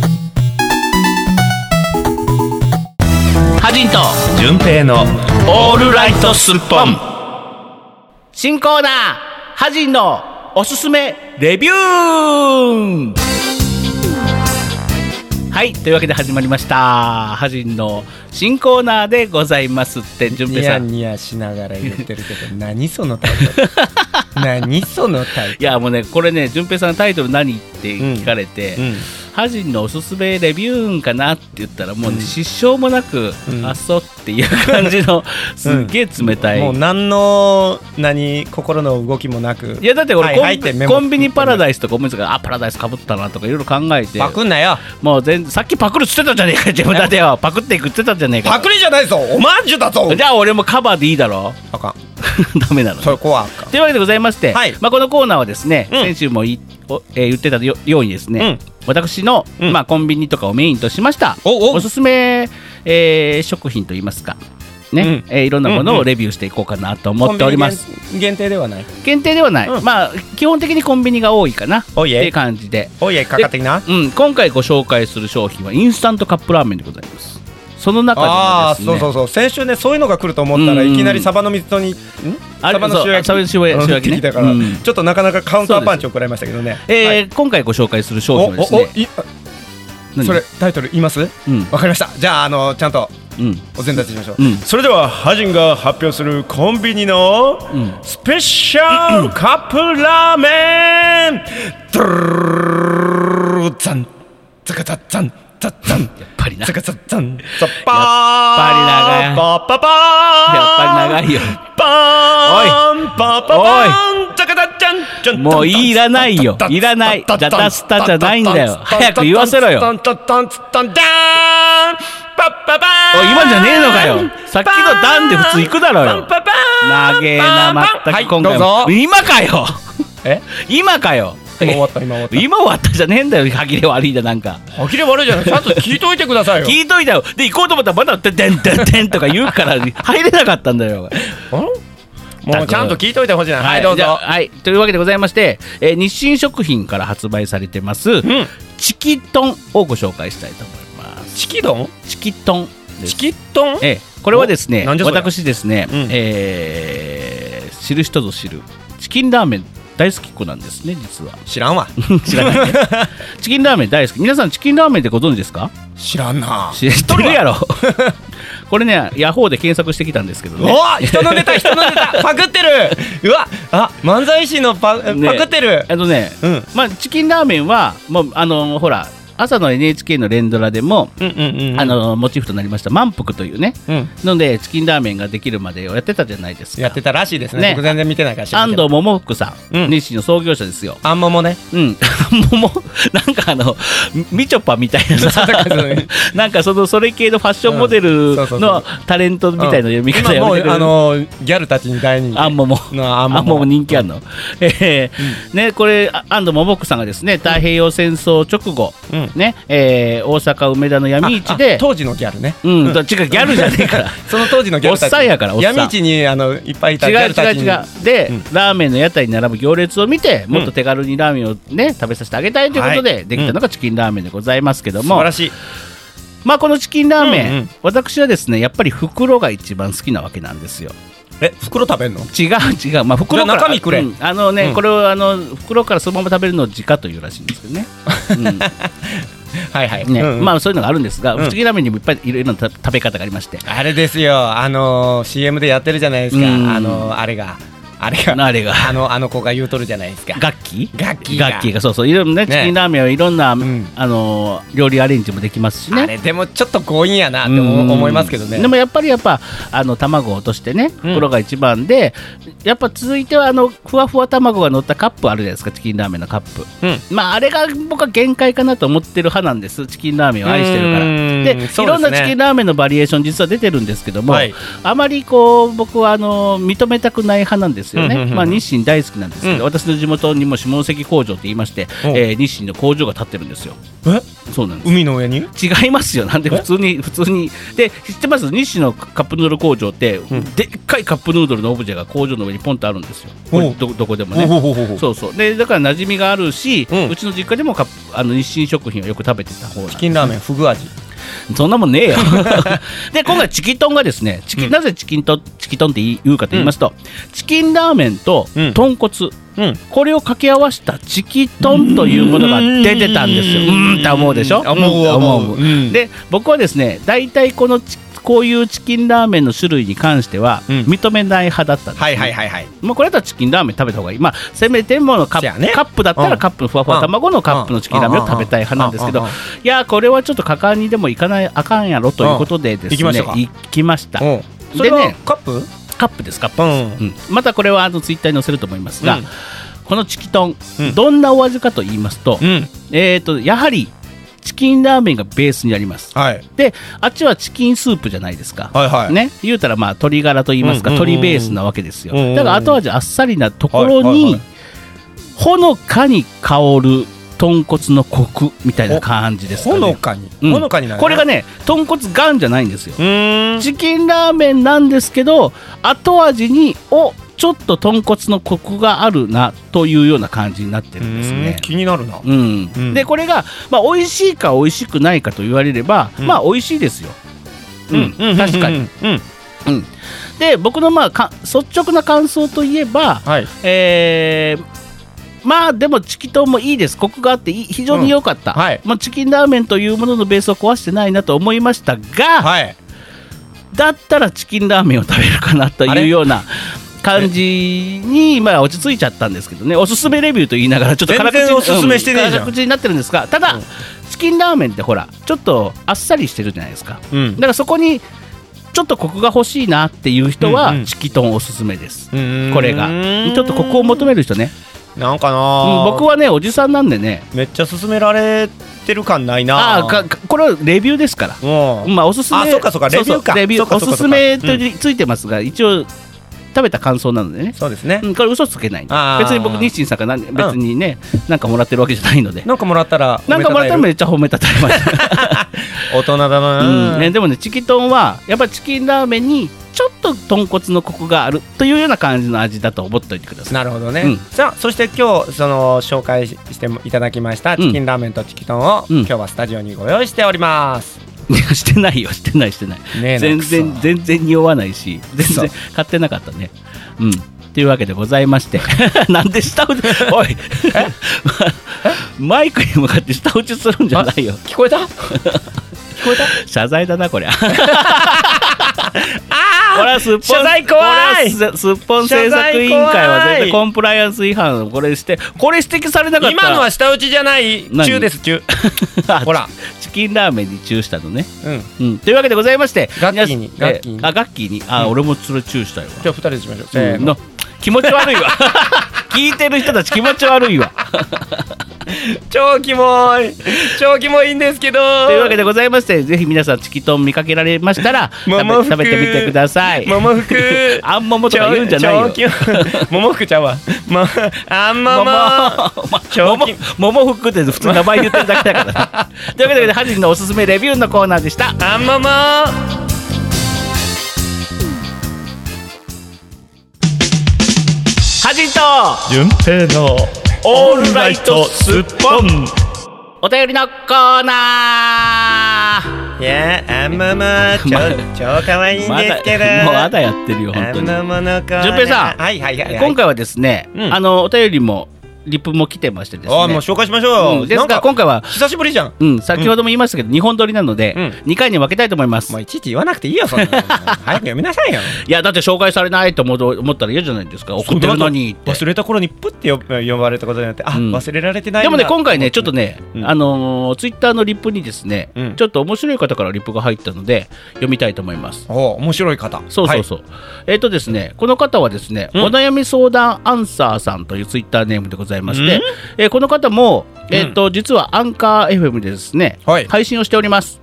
[SPEAKER 2] ハジンと、
[SPEAKER 1] 順平の
[SPEAKER 2] オールライトスッポン新コーナーハジンのおすすめレビューはいというわけで始まりましたハジンの新コーナーでございますって順平
[SPEAKER 3] ニ
[SPEAKER 2] さ
[SPEAKER 3] ヤ
[SPEAKER 2] んい
[SPEAKER 3] ニヤしながら言ってるけど何そのタイト ル何そのタイト
[SPEAKER 2] やもうねこれね順平さんタイトル何って聞かれて、ハジンのおすすめレビューンかなって言ったらもうね、失笑もなく、あっそっていう感じのすっげえ冷たい、
[SPEAKER 3] ルもう何の何心の動きもなく
[SPEAKER 2] いやだって俺
[SPEAKER 3] は
[SPEAKER 2] コンビ、
[SPEAKER 3] いはいってメモ
[SPEAKER 2] コンビニパラダイスとか思いつかあパラダイスかぶったなとかいろいろ考えて
[SPEAKER 3] パクんなよ
[SPEAKER 2] もう全さっきパクるっつってたじゃねえか自分だってよパクっていくっつってたじゃねえか
[SPEAKER 3] パクリじゃないぞオマージュだぞ
[SPEAKER 2] じゃあ俺もカバーでいいだろ
[SPEAKER 3] あかん
[SPEAKER 2] ダメなの
[SPEAKER 3] それ怖あかん
[SPEAKER 2] というわけでございまして、
[SPEAKER 3] はい
[SPEAKER 2] まあ、このコーナーはですね、
[SPEAKER 3] うん
[SPEAKER 2] 先週もいおえー言ってたよようにですね、私の、
[SPEAKER 3] うん
[SPEAKER 2] まあ、コンビニとかをメインとしました
[SPEAKER 3] おお
[SPEAKER 2] すすめ、えー食品といいますか、ねえーいろんなもの
[SPEAKER 3] うん
[SPEAKER 2] を
[SPEAKER 3] うん
[SPEAKER 2] レビューしていこうかなと思っております。
[SPEAKER 3] コンビニ限限定ではない
[SPEAKER 2] 限定ではない、
[SPEAKER 3] うん
[SPEAKER 2] まあ基本的にコンビニが多いかなっ
[SPEAKER 3] おいえ
[SPEAKER 2] ていう感じで、
[SPEAKER 3] おいえかかってきな
[SPEAKER 2] うん、今回ご紹介する商品はインスタントカップラーメンでございますその
[SPEAKER 3] ああ
[SPEAKER 2] 中
[SPEAKER 3] ー
[SPEAKER 2] で
[SPEAKER 3] そう
[SPEAKER 2] もです
[SPEAKER 3] そう
[SPEAKER 2] ね
[SPEAKER 3] そう先週ねそういうのが来ると思ったら
[SPEAKER 2] うん
[SPEAKER 3] いきなりサバの水煮にん
[SPEAKER 2] あれ
[SPEAKER 3] サバの塩焼き
[SPEAKER 2] そうサバの
[SPEAKER 3] う
[SPEAKER 2] 塩焼き
[SPEAKER 3] ん
[SPEAKER 2] 塩焼きね
[SPEAKER 3] ってきたから
[SPEAKER 2] うん
[SPEAKER 3] ちょっとなかなかカウンターパンチを食らいましたけどね
[SPEAKER 2] えー
[SPEAKER 3] はい
[SPEAKER 2] 今回ご紹介する商
[SPEAKER 3] お
[SPEAKER 2] 品はです
[SPEAKER 3] おお
[SPEAKER 2] ね
[SPEAKER 3] い
[SPEAKER 2] 何
[SPEAKER 3] それタイトル言います
[SPEAKER 2] うん
[SPEAKER 3] わかりましたじゃああのちゃんと
[SPEAKER 2] うん
[SPEAKER 3] お膳立ちしましょう
[SPEAKER 2] うん
[SPEAKER 1] それではハジンが発表するコンビニの
[SPEAKER 2] ん
[SPEAKER 1] スペシャルカップラーメンドゥルザンザカザザンザザン
[SPEAKER 2] やっぱりな
[SPEAKER 1] ザ
[SPEAKER 2] や
[SPEAKER 1] カ
[SPEAKER 2] っ
[SPEAKER 1] ザザンザ
[SPEAKER 2] やっぱり
[SPEAKER 1] パー
[SPEAKER 2] 長い
[SPEAKER 1] パパパ
[SPEAKER 2] ぱり長
[SPEAKER 1] い
[SPEAKER 2] いよ
[SPEAKER 1] パーンパパパーンザカザザンザン
[SPEAKER 2] もういらないよいらないジャタスタじゃないんだよ早く言わせろよ
[SPEAKER 1] タンタンタンタンタンパッパパーン
[SPEAKER 2] おい今じゃねえのかよさっきのダンで普通行くだろうよ
[SPEAKER 1] パンパパーン
[SPEAKER 2] 長えなまった
[SPEAKER 3] は
[SPEAKER 2] く
[SPEAKER 3] い
[SPEAKER 2] 今回も、
[SPEAKER 3] どうぞ
[SPEAKER 2] 今かよ
[SPEAKER 3] え
[SPEAKER 2] 今かよ
[SPEAKER 3] 今終わった今終わった
[SPEAKER 2] 今終わったじゃねえんだよ歯切れ悪いだなんか
[SPEAKER 3] 呆れ悪いじゃないちゃんと聞いといてくださいよ
[SPEAKER 2] 聞いといたよで行こうと思ったらまだ「てんてんてんてん」とか言うから入れなかったんだよ
[SPEAKER 3] もうちゃんと聞いといてほしいなはいどう
[SPEAKER 2] じゃあ
[SPEAKER 3] ぞ
[SPEAKER 2] はいというわけでございまして、えー日清食品から発売されてます、チキトンをご紹介したいと思います
[SPEAKER 3] チキドン
[SPEAKER 2] チキトンです
[SPEAKER 3] チキトン
[SPEAKER 2] ええこれはですね
[SPEAKER 3] おなんじゃそりゃ
[SPEAKER 2] 私ですね、
[SPEAKER 3] うん
[SPEAKER 2] えー知る人ぞ知るチキンラーメン大好きっ子なんですね実は
[SPEAKER 3] 知らんわ
[SPEAKER 2] 知らない、ね、チキンラーメン大好き皆さんチキンラーメンってご存知ですか
[SPEAKER 3] 知らんな
[SPEAKER 2] 知ってるやろ これねヤホーで検索してきたんですけど
[SPEAKER 3] う
[SPEAKER 2] ね
[SPEAKER 3] わ人のネ タ人のネタパクってるうわあ漫才師のパパ
[SPEAKER 2] ね
[SPEAKER 3] クってる
[SPEAKER 2] あのね、
[SPEAKER 3] うん
[SPEAKER 2] まあ、チキンラーメンはもうあのほら朝の NHK の連ドラでも、
[SPEAKER 3] うんうんうんうん
[SPEAKER 2] あのモチーフとなりました「満腹」というね
[SPEAKER 3] うん
[SPEAKER 2] のでチキンラーメンができるまでをやってたじゃないですか
[SPEAKER 3] やってたらしいです
[SPEAKER 2] ね
[SPEAKER 3] ね僕全然見てないから知ら
[SPEAKER 2] 安
[SPEAKER 3] んけど
[SPEAKER 2] 藤桃福さん、
[SPEAKER 3] うん
[SPEAKER 2] 日清の創業者ですよ
[SPEAKER 3] あんももね
[SPEAKER 2] うん、 桃なんかあのみみちょぱみたいな さ
[SPEAKER 3] そうそうそう
[SPEAKER 2] なんかそのそれ系のファッションモデ
[SPEAKER 3] う
[SPEAKER 2] ル
[SPEAKER 3] んそうそうそ
[SPEAKER 2] の
[SPEAKER 3] う
[SPEAKER 2] タレントみたいな読み方
[SPEAKER 3] 今
[SPEAKER 2] や
[SPEAKER 3] も
[SPEAKER 2] め
[SPEAKER 3] う
[SPEAKER 2] てくれる
[SPEAKER 3] あのギャルたちに大人気
[SPEAKER 2] あんもも。
[SPEAKER 3] な
[SPEAKER 2] あ
[SPEAKER 3] あんも
[SPEAKER 2] も
[SPEAKER 3] も
[SPEAKER 2] う人気あんの、えーね、これあ安藤桃子さんがですね太平洋戦争直後、
[SPEAKER 3] うん
[SPEAKER 2] ねえー大阪梅田の闇市で
[SPEAKER 3] 当時のギャルね
[SPEAKER 2] うん、どっちかギャルじゃねえから
[SPEAKER 3] その当時のギャルたち
[SPEAKER 2] おっさんやからおっさん
[SPEAKER 3] 闇市にあのいっぱいいた
[SPEAKER 2] 違
[SPEAKER 3] ギャ
[SPEAKER 2] う
[SPEAKER 3] ルた
[SPEAKER 2] 違う
[SPEAKER 3] ち
[SPEAKER 2] 違
[SPEAKER 3] に
[SPEAKER 2] うで、
[SPEAKER 3] うん
[SPEAKER 2] ラーメンの屋台に並ぶ行列を見てもっと手軽にラーメンをね食べさせてあげたいということで、
[SPEAKER 3] はい
[SPEAKER 2] できたのがチキンラーメンでございますけど
[SPEAKER 3] 素
[SPEAKER 2] も
[SPEAKER 3] 晴ら、しい
[SPEAKER 2] まあこのチキンラーメン、
[SPEAKER 3] うんうん
[SPEAKER 2] 私はですねやっぱり袋が一番好きなわけなんですよ
[SPEAKER 3] え袋食べんの
[SPEAKER 2] 違う違うまあ袋
[SPEAKER 3] じ
[SPEAKER 2] か
[SPEAKER 3] ゃあ
[SPEAKER 2] ら
[SPEAKER 3] 中身くれ
[SPEAKER 2] うんあのね、
[SPEAKER 3] うん
[SPEAKER 2] これをあの袋からそのまま食べるのを直というらしいんですけどね、うん
[SPEAKER 3] はいはい
[SPEAKER 2] ね
[SPEAKER 3] うんうん
[SPEAKER 2] まあそういうのがあるんですが、
[SPEAKER 3] うん
[SPEAKER 2] 不思議ラーメンにもいっぱいいろいろなた食べ方がありまして
[SPEAKER 3] あれですよ、あのー、CM でやってるじゃないですか、
[SPEAKER 2] うん
[SPEAKER 3] あのー、あれが、
[SPEAKER 1] あれが
[SPEAKER 2] あれが
[SPEAKER 1] あのあの子が言うとるじゃないですか
[SPEAKER 2] 楽器
[SPEAKER 1] 楽器が
[SPEAKER 2] 楽器がそうそういろんなね
[SPEAKER 1] ね
[SPEAKER 2] チキンラーメンはいろんな、
[SPEAKER 1] ん
[SPEAKER 2] あの料理アレンジもできますしね
[SPEAKER 1] あれでもちょっと強引やなって思思いますけどね
[SPEAKER 2] でもやっぱりやっぱあの卵を落としてね袋が一番で、やっぱ続いてはあのふわふわ卵が乗ったカップあるじゃないですかチキンラーメンのカップ、
[SPEAKER 1] うん
[SPEAKER 2] まああれが僕は限界かなと思ってる派なんですチキンラーメンを愛してるから
[SPEAKER 1] うーん
[SPEAKER 2] で
[SPEAKER 1] そう
[SPEAKER 2] い
[SPEAKER 1] で
[SPEAKER 2] ろ
[SPEAKER 1] す
[SPEAKER 2] ん
[SPEAKER 1] ね
[SPEAKER 2] なチキンラーメンのバリエーション実は出てるんですけども、
[SPEAKER 1] はい
[SPEAKER 2] あまりこう僕はあの認めたくない派なんですよね、
[SPEAKER 1] うんうんうん
[SPEAKER 2] まあ、日清大好きなんですけど、私の地元にも下関工場って言いまして、
[SPEAKER 1] お
[SPEAKER 2] えー日清の工場が建ってるんですよ
[SPEAKER 1] え
[SPEAKER 2] そうなんです
[SPEAKER 1] 海の上に
[SPEAKER 2] 違いますよ、なんで普通に、普通に、で知ってます、日清のカップヌードル工場って、でっかいカップヌードルのオブジェが工場の上にポンとあるんですよ、これ
[SPEAKER 1] おう
[SPEAKER 2] どどこでも
[SPEAKER 1] ほう
[SPEAKER 2] ね。
[SPEAKER 1] ほうほうほう
[SPEAKER 2] そうそうでだから馴染みがあるし、
[SPEAKER 1] う
[SPEAKER 2] うんちの実家でもカップあの日清食品をよく食べてた方なん
[SPEAKER 1] チ
[SPEAKER 2] で
[SPEAKER 1] キンラーメンフグ味
[SPEAKER 2] そんなもんねえ よ。で、今回チキトンがですね、チキなぜチキンとチキトンって言うかと言いますと、チキンラーメンと
[SPEAKER 1] うん
[SPEAKER 2] 豚骨、
[SPEAKER 1] うん
[SPEAKER 2] これを掛け合わせたチキトンというものが出てたんですよ。う
[SPEAKER 1] うーん
[SPEAKER 2] ーんって思うでしょ
[SPEAKER 1] 思う
[SPEAKER 2] うん
[SPEAKER 1] 思う
[SPEAKER 2] 思う
[SPEAKER 1] うん
[SPEAKER 2] で、僕はですね、大体このチこういうチキンラーメンの種類に関しては
[SPEAKER 1] うん
[SPEAKER 2] 認めない派だったんですね、
[SPEAKER 1] はいはいはいはい
[SPEAKER 2] まあ、これだったらチキンラーメン食べた方がいい、まあ、せめてものカ
[SPEAKER 1] せ
[SPEAKER 2] ッ
[SPEAKER 1] や
[SPEAKER 2] プ,、
[SPEAKER 1] ね
[SPEAKER 2] カップだった
[SPEAKER 1] う
[SPEAKER 2] ら
[SPEAKER 1] ん
[SPEAKER 2] カップのふわふわ卵のカップのチキンラーメンを食べたい派なんですけ
[SPEAKER 1] うん
[SPEAKER 2] ど
[SPEAKER 1] うんうん
[SPEAKER 2] いやーこれはちょっと果敢にでも行かないあかんやろということでで
[SPEAKER 1] うん行
[SPEAKER 2] すね、
[SPEAKER 1] きましたか
[SPEAKER 2] 行きました
[SPEAKER 1] うんそれ
[SPEAKER 2] で
[SPEAKER 1] は
[SPEAKER 2] ね
[SPEAKER 1] カップ
[SPEAKER 2] カップですカップ
[SPEAKER 1] う
[SPEAKER 2] です、
[SPEAKER 1] ん
[SPEAKER 2] うんまたこれはあのツイッターに載せると思いますが、
[SPEAKER 1] うん
[SPEAKER 2] このチキトン、
[SPEAKER 1] うん
[SPEAKER 2] どんなお味かと言いますと,、
[SPEAKER 1] うん
[SPEAKER 2] えー、とやはりチキンラーメンがベースにあります
[SPEAKER 1] はい
[SPEAKER 2] であっちはチキンスープじゃないですか、
[SPEAKER 1] はいはい
[SPEAKER 2] ね、言うたらまあ鶏ガラと言いますか、
[SPEAKER 1] うんうんうんうん
[SPEAKER 2] 鶏ベースなわけですよ、
[SPEAKER 1] うんうんうん
[SPEAKER 2] だから後味あっさりなとこ
[SPEAKER 1] はい
[SPEAKER 2] ろに、
[SPEAKER 1] はいはい
[SPEAKER 2] ほのかに香る豚骨のコクみたいな感じですか
[SPEAKER 1] ほ
[SPEAKER 2] ね
[SPEAKER 1] のかに
[SPEAKER 2] うん
[SPEAKER 1] ほのかになる
[SPEAKER 2] これがね豚骨ガンじゃないんですよ
[SPEAKER 1] うーん
[SPEAKER 2] チキンラーメンなんですけど後味におちょっと豚骨のコクがあるなというような感じになってるんですね
[SPEAKER 1] うん気になるな
[SPEAKER 2] うん
[SPEAKER 1] うん
[SPEAKER 2] でこれが、まあ、美味しいか美味しくないかと言われれば、
[SPEAKER 1] うん
[SPEAKER 2] まあ美味しいですよ、うん確かに、
[SPEAKER 1] うん
[SPEAKER 2] うん、で僕のまあか率直な感想といえば、
[SPEAKER 1] はい
[SPEAKER 2] えーまあでもチキトンもいいですコクがあっていい非常に良かった、
[SPEAKER 1] うんはい
[SPEAKER 2] まあ、チキンラーメンというもののベースを壊してないなと思いましたが、
[SPEAKER 1] はい
[SPEAKER 2] だったらチキンラーメンを食べるかなと
[SPEAKER 1] あ
[SPEAKER 2] いう
[SPEAKER 1] れ
[SPEAKER 2] ような感じにまあ落ち着いちゃったんですけどねおすすめレビューと言いながらちょっと辛口
[SPEAKER 1] 全然おすすめしてねえじゃん
[SPEAKER 2] う辛口になってるんですがただ、チキンラーメンってほらちょっとあっさりしてるじゃないですか
[SPEAKER 1] う
[SPEAKER 2] だ
[SPEAKER 1] ん
[SPEAKER 2] からそこにちょっとコクが欲しいなっていう人は、
[SPEAKER 1] うんうん
[SPEAKER 2] チキトンおすすめです、
[SPEAKER 1] うん
[SPEAKER 2] これがちょっとコクを求める人ね、
[SPEAKER 1] なんか
[SPEAKER 2] うん
[SPEAKER 1] な
[SPEAKER 2] 僕はねおじさんなんでね
[SPEAKER 1] めっちゃ勧められてる感ないな
[SPEAKER 2] ああかかこれはレビューですから
[SPEAKER 1] うん
[SPEAKER 2] まあおすすめ
[SPEAKER 1] あそうかそうかレビューか
[SPEAKER 2] レビュ
[SPEAKER 1] そう
[SPEAKER 2] ー
[SPEAKER 1] か
[SPEAKER 2] お
[SPEAKER 1] そうか
[SPEAKER 2] す
[SPEAKER 1] そ
[SPEAKER 2] す
[SPEAKER 1] うか
[SPEAKER 2] めとついてますが、一応食べた感想なのでね
[SPEAKER 1] そうですね
[SPEAKER 2] うんこれ嘘つけないんで
[SPEAKER 1] あー
[SPEAKER 2] 別に僕日清さんから何別にね、なんかもらってるわけじゃないので
[SPEAKER 1] なんかもらったら
[SPEAKER 2] なんかもらったらめっちゃ褒めたたえました、
[SPEAKER 1] 大人だな
[SPEAKER 2] うんね、でもねチキトンはやっぱチキンラーメンにちょっと豚骨のコクがあるというような感じの味だと思っておいてください
[SPEAKER 1] なるほどね、
[SPEAKER 2] うん
[SPEAKER 1] さあそして今日その紹介していただきました
[SPEAKER 2] うん
[SPEAKER 1] チキンラーメンとチキトンを、
[SPEAKER 2] うん
[SPEAKER 1] 今日はスタジオにご用意しております、
[SPEAKER 2] いや してないよしてないしてない
[SPEAKER 1] ねえ
[SPEAKER 2] 全
[SPEAKER 1] な
[SPEAKER 2] 然
[SPEAKER 1] んかさ
[SPEAKER 2] 全然匂わないし全
[SPEAKER 1] そう
[SPEAKER 2] 然買ってなかったねうんというわけでございまして なんで下打ちおい マイクに向かって下打ちするんじゃないよ
[SPEAKER 1] 聞こえた聞こえた
[SPEAKER 2] 謝罪だ なこりゃこれはすっぽん
[SPEAKER 1] 謝罪怖い
[SPEAKER 2] これはすすっぽん制作委員会は絶対コンプライアンス違反をこれしてこれ指摘されなかったら
[SPEAKER 1] 今のは舌打ちじゃない
[SPEAKER 2] 何
[SPEAKER 1] 中です中
[SPEAKER 2] あ
[SPEAKER 1] ほら
[SPEAKER 2] チキンラーメンにチューしたのね、
[SPEAKER 1] うん
[SPEAKER 2] うん、というわけでございまして
[SPEAKER 1] ガッキーに
[SPEAKER 2] 皆さ
[SPEAKER 1] ガ
[SPEAKER 2] ん
[SPEAKER 1] ッキーに
[SPEAKER 2] えあガッキーにあ、俺もそれチューしたよ
[SPEAKER 1] じゃあ二人でしましょうせー
[SPEAKER 2] せー
[SPEAKER 1] の
[SPEAKER 2] の気持ち悪いわ 聞いてる人たち気持ち悪 いわ
[SPEAKER 1] 超キモい超キモいんですけど
[SPEAKER 2] と
[SPEAKER 1] と
[SPEAKER 2] いうわけでございましてぜひ皆さんチキトン見かけられましたら
[SPEAKER 1] ママ服
[SPEAKER 2] 食べ食べてみてください
[SPEAKER 1] ももふく
[SPEAKER 2] あんももとか言うんじゃないよ
[SPEAKER 1] 超 超キモももふくちゃうわもあんも
[SPEAKER 2] もも
[SPEAKER 1] も
[SPEAKER 2] ももももふくって普通名前言ってるだけだからね というわけでハジンのおすすめレビューのコーナーでした
[SPEAKER 1] あんもも
[SPEAKER 2] ハジンと
[SPEAKER 4] 順平の
[SPEAKER 2] オールライトスッポンお便りのコーナー
[SPEAKER 1] いやーあんまも超超可愛いん
[SPEAKER 2] ま
[SPEAKER 1] ですけど、
[SPEAKER 2] だもうまだやってるよ
[SPEAKER 1] あ
[SPEAKER 2] 本当
[SPEAKER 1] ん
[SPEAKER 2] に
[SPEAKER 1] まもの子
[SPEAKER 2] 順平さん
[SPEAKER 1] はいはいはいはい
[SPEAKER 2] 今回はですね、
[SPEAKER 1] うん
[SPEAKER 2] あのお便りもリプも来てましてですね。
[SPEAKER 1] ああもう紹介しましょうよ、
[SPEAKER 2] うんです
[SPEAKER 1] な
[SPEAKER 2] が
[SPEAKER 1] んか
[SPEAKER 2] 今回は、
[SPEAKER 1] 久しぶりじゃん
[SPEAKER 2] うん、先ほども言いましたけど、2本撮りなので、
[SPEAKER 1] うん
[SPEAKER 2] 2回に分けたいと思います。
[SPEAKER 1] もういちいち言わなくていいよそん なの早く読みなさいよ
[SPEAKER 2] いやだって紹介されないと思う思ったら嫌じゃないですか送ってるのにって
[SPEAKER 1] 忘れた頃にプッて呼呼ばれたことになってあ、
[SPEAKER 2] うん
[SPEAKER 1] 忘れられてないんだ
[SPEAKER 2] でもね今回ねちょっとね、
[SPEAKER 1] うん
[SPEAKER 2] あのツイッター Twitter のリップにですね、
[SPEAKER 1] うん
[SPEAKER 2] ちょっと面白い方からリップが入ったので読みたいと思います
[SPEAKER 1] お面白い方
[SPEAKER 2] そうそうそう、えっ、とですねこの方はですね、
[SPEAKER 1] うん
[SPEAKER 2] お悩み相談アンサーさんというツイッターネームでございまして
[SPEAKER 1] うん、
[SPEAKER 2] えーこの方もえっ、と、実はアンカー FM でですね、
[SPEAKER 1] はい
[SPEAKER 2] 配信をしております、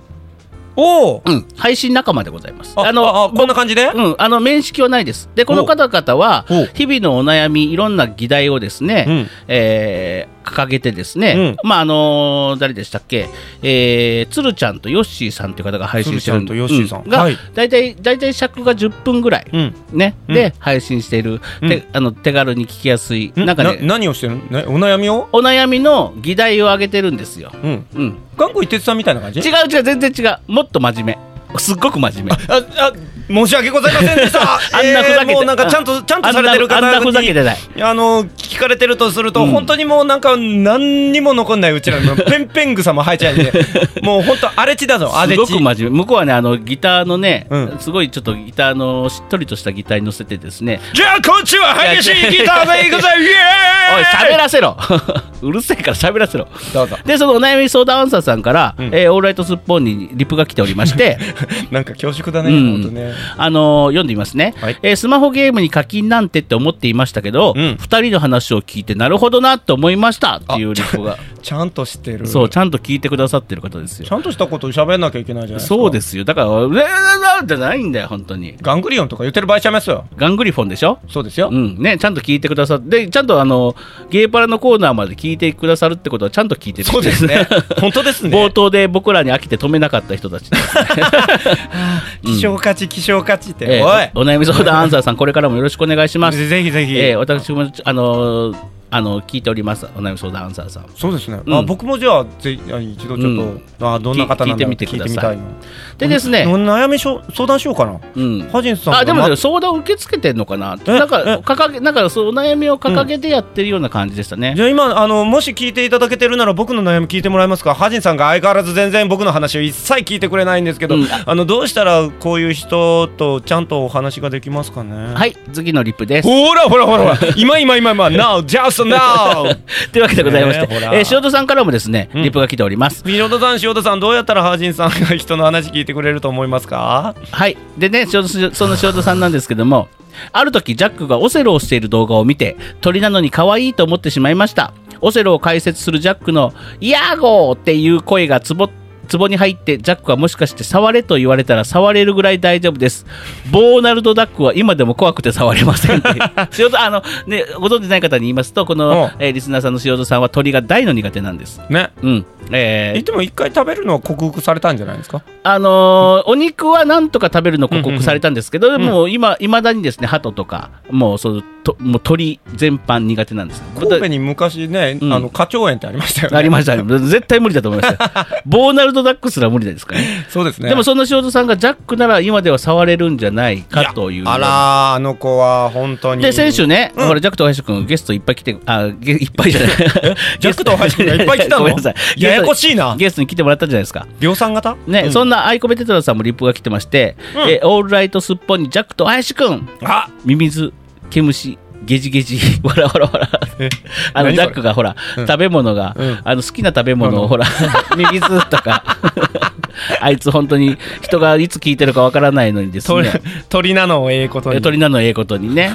[SPEAKER 1] おお
[SPEAKER 2] うん、配信仲間でございます
[SPEAKER 1] あ
[SPEAKER 2] の
[SPEAKER 1] ああこんな感じで、
[SPEAKER 2] うん、あの面識はないです。で、この方々は
[SPEAKER 1] おう、
[SPEAKER 2] 日々のお悩み、いろんな議題をですね、
[SPEAKER 1] うん
[SPEAKER 2] えー掲げてですね、まあ、あのー誰でしたっけ、えー、つるちゃんとヨッシーさんという方が配信して
[SPEAKER 1] つる
[SPEAKER 2] る
[SPEAKER 1] ちゃんとヨッシーさん
[SPEAKER 2] うが、
[SPEAKER 1] はい
[SPEAKER 2] 大体、大体尺が10分ぐらい、
[SPEAKER 1] うん
[SPEAKER 2] ね、
[SPEAKER 1] うん
[SPEAKER 2] で、配信している、
[SPEAKER 1] う
[SPEAKER 2] てあの手軽に聞きやすい、なんかね、
[SPEAKER 1] 何をしてるのねお悩みを
[SPEAKER 2] お悩みの議題を挙げてるんですよ。
[SPEAKER 1] うん
[SPEAKER 2] うん、
[SPEAKER 1] 頑固一徹さんみたいな感じ
[SPEAKER 2] 違う違う、全然違う。もっと真面目。すっごく真面目。
[SPEAKER 1] ああ申し訳ございませんでした
[SPEAKER 2] あんなふざけ
[SPEAKER 1] えー
[SPEAKER 2] て
[SPEAKER 1] もうなんかちゃんとちゃんとされてる方に
[SPEAKER 2] あんなあんなふざけてない
[SPEAKER 1] あの聞かれてるとすると、
[SPEAKER 2] うん
[SPEAKER 1] 本当にもうなんか何にも残んないうちらのペンペン草も生えちゃいでもう本当荒れ地だぞ荒
[SPEAKER 2] す
[SPEAKER 1] れ
[SPEAKER 2] ご
[SPEAKER 1] 地
[SPEAKER 2] く真面目向こうはねあのギターのね、
[SPEAKER 1] うん
[SPEAKER 2] すごいちょっとギターのしっとりとしたギターに乗せてですね
[SPEAKER 1] じゃあこっちは激しいギターでいくぜイエ
[SPEAKER 2] 「おい
[SPEAKER 1] ーイ
[SPEAKER 2] 喋らせろ うるせえから喋 らせろ」
[SPEAKER 1] どうぞ
[SPEAKER 2] でそのお悩み相談アンサーさんから「
[SPEAKER 1] うん
[SPEAKER 2] えーオールライトスッポン」にリプが来ており まして、
[SPEAKER 1] なんか恐縮だね、
[SPEAKER 2] うん
[SPEAKER 1] 本当ね
[SPEAKER 2] あのー読んでみますね、
[SPEAKER 1] はい
[SPEAKER 2] えースマホゲームに課金なんてって思っていましたけど、
[SPEAKER 1] う
[SPEAKER 2] 二
[SPEAKER 1] ん
[SPEAKER 2] 2人の話を聞いてなるほどなと思いましたっていうリプが
[SPEAKER 1] ちゃんとしてる
[SPEAKER 2] そうちゃんと聞いてくださってる方ですよ
[SPEAKER 1] ちゃんとしたことを喋んなきゃいけないじゃないですか
[SPEAKER 2] そうですすよだから「うららららじゃないんだよ本当に
[SPEAKER 1] ガングリオンとか言ってる場合ちゃいますよ
[SPEAKER 2] ガングリフォンでしょ
[SPEAKER 1] そうですよ、
[SPEAKER 2] うんね、ちゃんと聞いてくださって、でちゃんとあのゲーパラのコーナーまで聞いてくださるってことは、ちゃんと聞いてる
[SPEAKER 1] そうです ね 本当ですね
[SPEAKER 2] 冒頭で僕らに飽きて止めなかった人たちです ね、
[SPEAKER 1] 希少価値希少価値って、
[SPEAKER 2] え
[SPEAKER 1] おい
[SPEAKER 2] ーおお悩み相談アンサーさん、これからもよろしくお願いします。
[SPEAKER 1] ぜひぜひ、
[SPEAKER 2] えー私もあのーあの聞いております、お悩み相談アンサーさん。
[SPEAKER 1] そうですね、
[SPEAKER 2] うん
[SPEAKER 1] あ僕もじゃあぜひあ一度ちょっと、あどんな方なんだろう
[SPEAKER 2] 聞いてみてく
[SPEAKER 1] 聞い
[SPEAKER 2] ださい
[SPEAKER 1] てみたいな
[SPEAKER 2] でですね、
[SPEAKER 1] お悩みしょ相談しようかな
[SPEAKER 2] うん、
[SPEAKER 1] ハジンさんが
[SPEAKER 2] あでも、
[SPEAKER 1] ま
[SPEAKER 2] ね、相談を受け付けてるのかな、
[SPEAKER 1] え
[SPEAKER 2] なんか
[SPEAKER 1] え
[SPEAKER 2] 掲げなんかそうお悩みを掲げてやってるような感じでしたね。
[SPEAKER 1] じゃあ今あのもし聞いていただけてるなら僕の悩み聞いてもらえますかハジンさんが相変わらず全然僕の話を一切聞いてくれないんですけど、
[SPEAKER 2] うん
[SPEAKER 1] あのどうしたらこういう人とちゃんとお話ができますかねい
[SPEAKER 2] はい、次のリップです。
[SPEAKER 1] ほらほらほらほら今今今今 Now just now
[SPEAKER 2] というわけでございまして、
[SPEAKER 1] ねえ
[SPEAKER 2] え
[SPEAKER 1] ほら
[SPEAKER 2] ー、塩戸さんからもですね、
[SPEAKER 1] うん
[SPEAKER 2] リップが来ております。
[SPEAKER 1] 塩田さん塩田さんどうやったらハジンさんが人の話聞いてくれると思いますか
[SPEAKER 2] はい。でね、ちょうどその塩田さんなんですけども、ある時、ジャックがオセロをしている動画を見て、鳥なのに可愛いと思ってしまいました。オセロを解説するジャックの、イヤーゴーっていう声がつぼ、つぼに入って、ジャックはもしかして触れと言われたら触れるぐらい大丈夫です。ボーナルドダックは今でも怖くて触れませんっていう。 塩田、あの、ね、ご存知ない方に言いますと、こ
[SPEAKER 1] う
[SPEAKER 2] の
[SPEAKER 1] ん、
[SPEAKER 2] えーリスナーさんの塩田さんは鳥が大の苦手なんです。
[SPEAKER 1] ね
[SPEAKER 2] うん。えー
[SPEAKER 1] えでも一回食べるのは克服されたんじゃないですか
[SPEAKER 2] あのーお肉はなんとか食べるの克服されたんですけど、
[SPEAKER 1] んうん
[SPEAKER 2] もう今、いまだにですね、鳩とか、もうそのともう鳥全般苦手なんです。
[SPEAKER 1] 神戸に昔ね、
[SPEAKER 2] うん
[SPEAKER 1] あの花鳥園ってありましたよね
[SPEAKER 2] ありました、絶対無理だと思 いました。ボーナルドダックすら無理ですからね。
[SPEAKER 1] そうですね
[SPEAKER 2] でも、その塩田さんがジャックなら今では触れるんじゃないかという。
[SPEAKER 1] あらーあの子は本当に
[SPEAKER 2] で、先週ね、
[SPEAKER 1] うん
[SPEAKER 2] ほら、ジャックと林くん、ゲストいっぱい来て、あ、ゲいっぱいじゃない。
[SPEAKER 1] ジャックと林くんがいっぱい来たの
[SPEAKER 2] ごめんなさい。
[SPEAKER 1] ややこしいな
[SPEAKER 2] ゲストに来てもらったじゃないですか。
[SPEAKER 1] 量産型
[SPEAKER 2] ね、
[SPEAKER 1] うん
[SPEAKER 2] そんなアイコメテトラさんもリップが来てまして、
[SPEAKER 1] うん
[SPEAKER 2] えオールライトすっぽんにジャックと林くん、
[SPEAKER 1] あ
[SPEAKER 2] ミミズ、毛虫、ゲジゲジ、 わらわらわら。あの、
[SPEAKER 1] 何それ
[SPEAKER 2] ジャックがほら、食べ物が、
[SPEAKER 1] うん
[SPEAKER 2] あの、好きな食べ
[SPEAKER 1] あ
[SPEAKER 2] 物
[SPEAKER 1] の
[SPEAKER 2] をほら、 ミミズとか、 あいつ本当に人がいつ聞いてるかわからないのにです
[SPEAKER 1] 鳥
[SPEAKER 2] ね。
[SPEAKER 1] 鳥なのをええことに
[SPEAKER 2] 鳥なのええこと にね。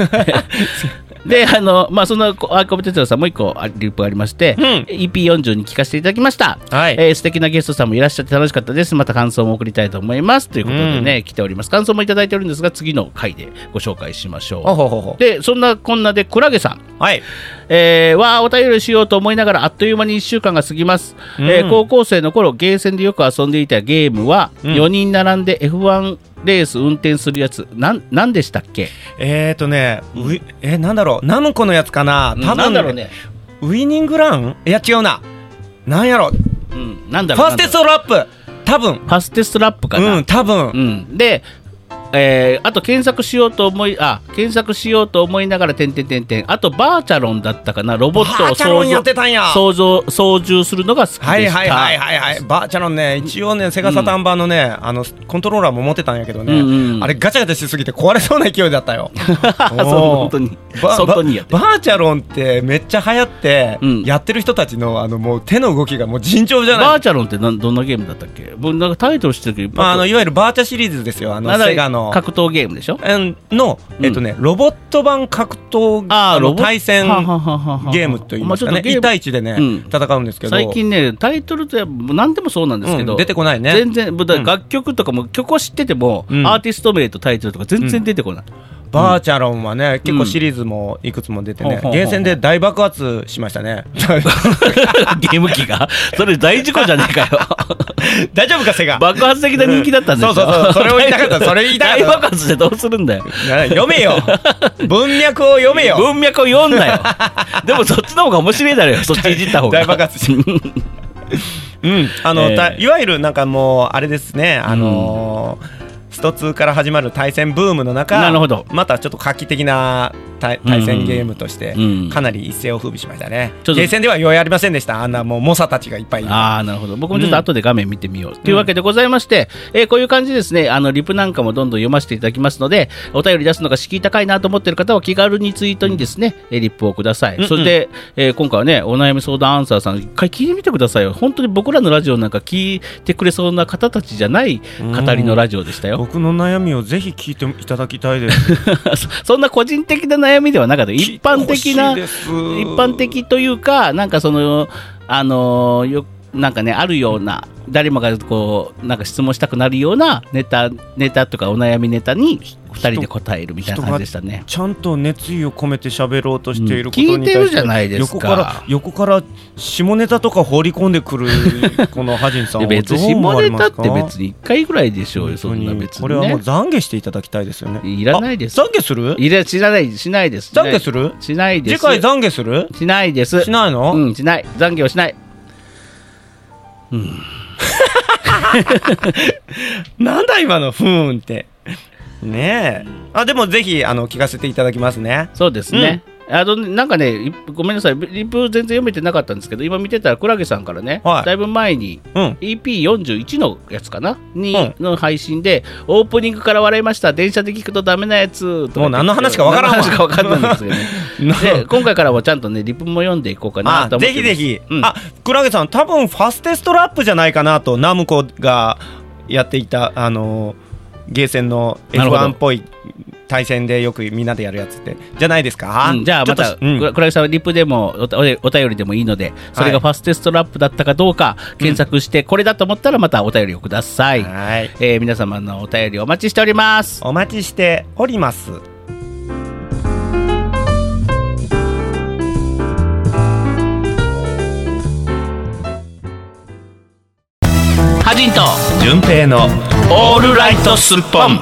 [SPEAKER 2] で、あの、まあ、その、こアーコブテトラさんもう一個あリップがありまして、
[SPEAKER 1] うん
[SPEAKER 2] EP42 聞かせていただきました。
[SPEAKER 1] はい
[SPEAKER 2] えー素敵なゲストさんもいらっしゃって楽しかったです。また感想も送りたいと思います。ということでね、来ております。感想もいただいておるんですが、次の回でご紹介しましょう。
[SPEAKER 1] あほほほ
[SPEAKER 2] で、そんなこんなで、クラゲさん。
[SPEAKER 1] はい
[SPEAKER 2] えー、わあ、お便りしようと思いながら、あっという間に1週間が過ぎます。え
[SPEAKER 1] う
[SPEAKER 2] ー
[SPEAKER 1] ん
[SPEAKER 2] 高校生の頃、ゲーセンでよく遊んでいたゲームは、
[SPEAKER 1] うん
[SPEAKER 2] 4人並んで F1 レース運転するやつ、なん、なんでしたっけ
[SPEAKER 1] えーとねういえなんだろう何の子のやつかな多分
[SPEAKER 2] なんだろうね。
[SPEAKER 1] ウイニングランいや違うななんやろフ
[SPEAKER 2] うん、なんだろう
[SPEAKER 1] ァーステストラップ多分
[SPEAKER 2] ファーステストラップかな。
[SPEAKER 1] うん多
[SPEAKER 2] う
[SPEAKER 1] 分
[SPEAKER 2] ん。で、えーあと検索しようと思い、あ、検索しようと思いながら、てんてんてんてん。あと、バーチャロンだったかな、ロボット
[SPEAKER 1] バー
[SPEAKER 2] を
[SPEAKER 1] チャロ
[SPEAKER 2] 操
[SPEAKER 1] ンやって
[SPEAKER 2] 縦
[SPEAKER 1] たんや
[SPEAKER 2] 操縦操縦するのが好きでした。
[SPEAKER 1] はいはいはいはいはいバーチャロンね一応ねセガサターン版のね、あのコントローラーも持ってたんやけどね、
[SPEAKER 2] うんうん
[SPEAKER 1] あれガチャガチャしすぎて壊れそうな勢いだったよ
[SPEAKER 2] そう本当に
[SPEAKER 1] ば
[SPEAKER 2] 本当にやって
[SPEAKER 1] ばバーチャロンってめっちゃ流行って、
[SPEAKER 2] うん
[SPEAKER 1] やってる人たちのあのもう手の動きがもう尋常じゃな
[SPEAKER 2] バ
[SPEAKER 1] い
[SPEAKER 2] ーチャロンってなんどんなゲームだったっけ僕なんかタイトルしてるけど、
[SPEAKER 1] まあ、あのいわゆるバーチャシリーズですよあの
[SPEAKER 2] なんだ
[SPEAKER 1] セガの
[SPEAKER 2] 格闘ゲームでしょ
[SPEAKER 1] うんの、えっとね、ロボット版格闘
[SPEAKER 2] あ
[SPEAKER 1] あ
[SPEAKER 2] ー
[SPEAKER 1] の
[SPEAKER 2] ロボ
[SPEAKER 1] 対戦
[SPEAKER 2] ははははは
[SPEAKER 1] ゲームといいますか
[SPEAKER 2] ま
[SPEAKER 1] ね、
[SPEAKER 2] あちょっとゲ
[SPEAKER 1] 1
[SPEAKER 2] ーム
[SPEAKER 1] 対1でね、
[SPEAKER 2] うん
[SPEAKER 1] 戦うんですけど
[SPEAKER 2] 最近ね、タイトルって何でもそうなんですけど、
[SPEAKER 1] うん出てこないね
[SPEAKER 2] 全然、僕だから
[SPEAKER 1] うん
[SPEAKER 2] 楽曲とかも、曲を知ってても、
[SPEAKER 1] うん
[SPEAKER 2] アーティスト名とタイトルとか全然出てこない。
[SPEAKER 1] バーチャロンはね、結構シリーズもいくつも出てね、
[SPEAKER 2] うん
[SPEAKER 1] ゲーセンで大爆発しました ね。
[SPEAKER 2] ゲーム機がそれ大事故じゃねえかよ。
[SPEAKER 1] 大丈夫か、セ ガ。
[SPEAKER 2] 爆発的な人気だったんでしょ
[SPEAKER 1] そうそうそうそれを言いたか ったそれ言いたかった
[SPEAKER 2] 大爆発でどうするんだよ。
[SPEAKER 1] な読めよ。 文脈を読めよ。
[SPEAKER 2] 文脈を読ん だよ。でもそっちの方が面白いだろよ、そっちいじった方が。
[SPEAKER 1] 大爆発しうん、あの、
[SPEAKER 2] えー
[SPEAKER 1] たいわゆるなんかもう、あれですね、あのースト2から始まる対戦ブームの中
[SPEAKER 2] なるほど
[SPEAKER 1] またちょっと画期的な対対戦ゲームとして
[SPEAKER 2] うん
[SPEAKER 1] かなり一世を風靡しましたね、
[SPEAKER 2] ちょっと
[SPEAKER 1] ゲーセンではようやりませんでしたあんなもう猛者たちがいっぱいいる
[SPEAKER 2] ああ、なるほど。僕もちょっと後で画面見てみよう。というわけでございまして、えーこういう感じでですね、あの、リプなんかもどんどん読ませていただきますので、お便り出すのが敷居高いなと思っている方は気軽にツイートにですね、えーリップをください。そして、えー今回はね、お悩み相談アンサーさん、一回聞いてみてくださいよ。本当に僕らのラジオなんか聞いてくれそうな方たちじゃない語りのラジオでしたよ。
[SPEAKER 1] 僕の悩みをぜひ聞いていただきたいです
[SPEAKER 2] そんな個人的な悩みではなかった。 一般的な。
[SPEAKER 1] 一
[SPEAKER 2] 一般的というか、なんかその、あのよなんかね、あるような、誰もがこうなんか質問したくなるようなネタ、ネタとかお悩みネタに2人で答えるみたいな感じでしたね。
[SPEAKER 1] ちゃんと熱意を込めて喋ろうとしていること
[SPEAKER 2] うん
[SPEAKER 1] に対
[SPEAKER 2] 聞い
[SPEAKER 1] して、
[SPEAKER 2] てるじゃないです
[SPEAKER 1] 横
[SPEAKER 2] か
[SPEAKER 1] から横から下ネタとか放り込んでくる このハジンさん
[SPEAKER 2] で
[SPEAKER 1] を
[SPEAKER 2] 別
[SPEAKER 1] ど
[SPEAKER 2] に
[SPEAKER 1] う思わ
[SPEAKER 2] 下
[SPEAKER 1] れ
[SPEAKER 2] ネ
[SPEAKER 1] ま
[SPEAKER 2] タ
[SPEAKER 1] す
[SPEAKER 2] っ
[SPEAKER 1] か
[SPEAKER 2] て別に1回ぐらいでしょうよ、そ
[SPEAKER 1] 本当
[SPEAKER 2] ん
[SPEAKER 1] に
[SPEAKER 2] な別
[SPEAKER 1] こ
[SPEAKER 2] に
[SPEAKER 1] れはもう
[SPEAKER 2] ね。
[SPEAKER 1] 懺悔していただきたいですよね
[SPEAKER 2] いらないです
[SPEAKER 1] あ懺悔する
[SPEAKER 2] いや、知らない、しないです。
[SPEAKER 1] 懺悔する
[SPEAKER 2] しないで
[SPEAKER 1] 次
[SPEAKER 2] す。
[SPEAKER 1] 回懺悔する
[SPEAKER 2] しないです。
[SPEAKER 1] しないの、
[SPEAKER 2] うん、しない。残業しない。
[SPEAKER 1] なんだ今のふーんってねえあでもぜひあの聞かせていただきますね
[SPEAKER 2] そうですね。あのなんかね、いごめんなさい、リプ全然読めてなかったんですけど、今見てたら、クラゲさんからね、
[SPEAKER 1] はい
[SPEAKER 2] だいぶ前に、
[SPEAKER 1] うん
[SPEAKER 2] EP41 のやつかなに、
[SPEAKER 1] うん
[SPEAKER 2] の配信で、オープニングから笑いました、電車で聞くとダメなやつとか言って
[SPEAKER 1] もう何の話かわからんわ
[SPEAKER 2] 何の話か分からんない んですよねで、今回からはちゃんとね、リプも読んでいこうかな
[SPEAKER 1] あ
[SPEAKER 2] と思って
[SPEAKER 1] ぜ
[SPEAKER 2] ま
[SPEAKER 1] ひ
[SPEAKER 2] す
[SPEAKER 1] ぜひ、
[SPEAKER 2] うん
[SPEAKER 1] あクラゲさん多分ファステストラップじゃないかなとナムコがやっていたあのゲーセンの
[SPEAKER 2] なるほど
[SPEAKER 1] F1 っぽい対戦でよくみんなでやるやつってじゃないですか、
[SPEAKER 2] うんじゃあま
[SPEAKER 1] ちょ
[SPEAKER 2] た、
[SPEAKER 1] っとうん
[SPEAKER 2] クラクラゲさんはリプでもおおお便りでもいいのでそれがファステストラップだったかどうか検索して、これだと思ったらまたお便りをください、
[SPEAKER 1] はい
[SPEAKER 2] えー皆様のお便りお待ちしております
[SPEAKER 1] お待ちしております
[SPEAKER 2] ハジンと
[SPEAKER 1] 順平の
[SPEAKER 2] オールライトスッポン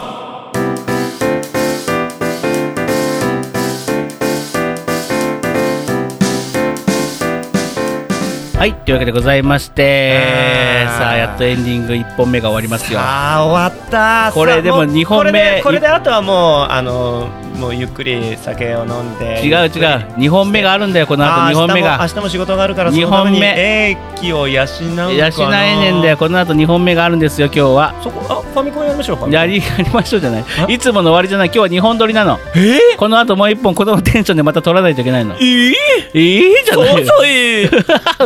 [SPEAKER 2] はいというわけでございまして
[SPEAKER 1] あー
[SPEAKER 2] さあやっとエンディング1本目が終わりますよ
[SPEAKER 1] あー終わった
[SPEAKER 2] これ
[SPEAKER 1] さあ
[SPEAKER 2] でも
[SPEAKER 1] う
[SPEAKER 2] 二本
[SPEAKER 1] こ
[SPEAKER 2] 目
[SPEAKER 1] れでこれであとはもうあのもうゆっくり酒を飲んで
[SPEAKER 2] 違う違う2本目があるんだよこの後
[SPEAKER 1] あー
[SPEAKER 2] 2本目が
[SPEAKER 1] 明日も明日も仕事があるから
[SPEAKER 2] 二本目
[SPEAKER 1] そのために英気を養うかな
[SPEAKER 2] 養えねえんだよこの後2本目があるんですよ今日は
[SPEAKER 1] そこあファミコンやりましょうか
[SPEAKER 2] やりやりましょうじゃない
[SPEAKER 1] え
[SPEAKER 2] いつもの終わりじゃない今日は2本撮りなの
[SPEAKER 1] えー
[SPEAKER 2] この後もう1本このテンションでまた撮らないといけないの
[SPEAKER 1] ええ
[SPEAKER 2] ええじゃないよ
[SPEAKER 1] 遅い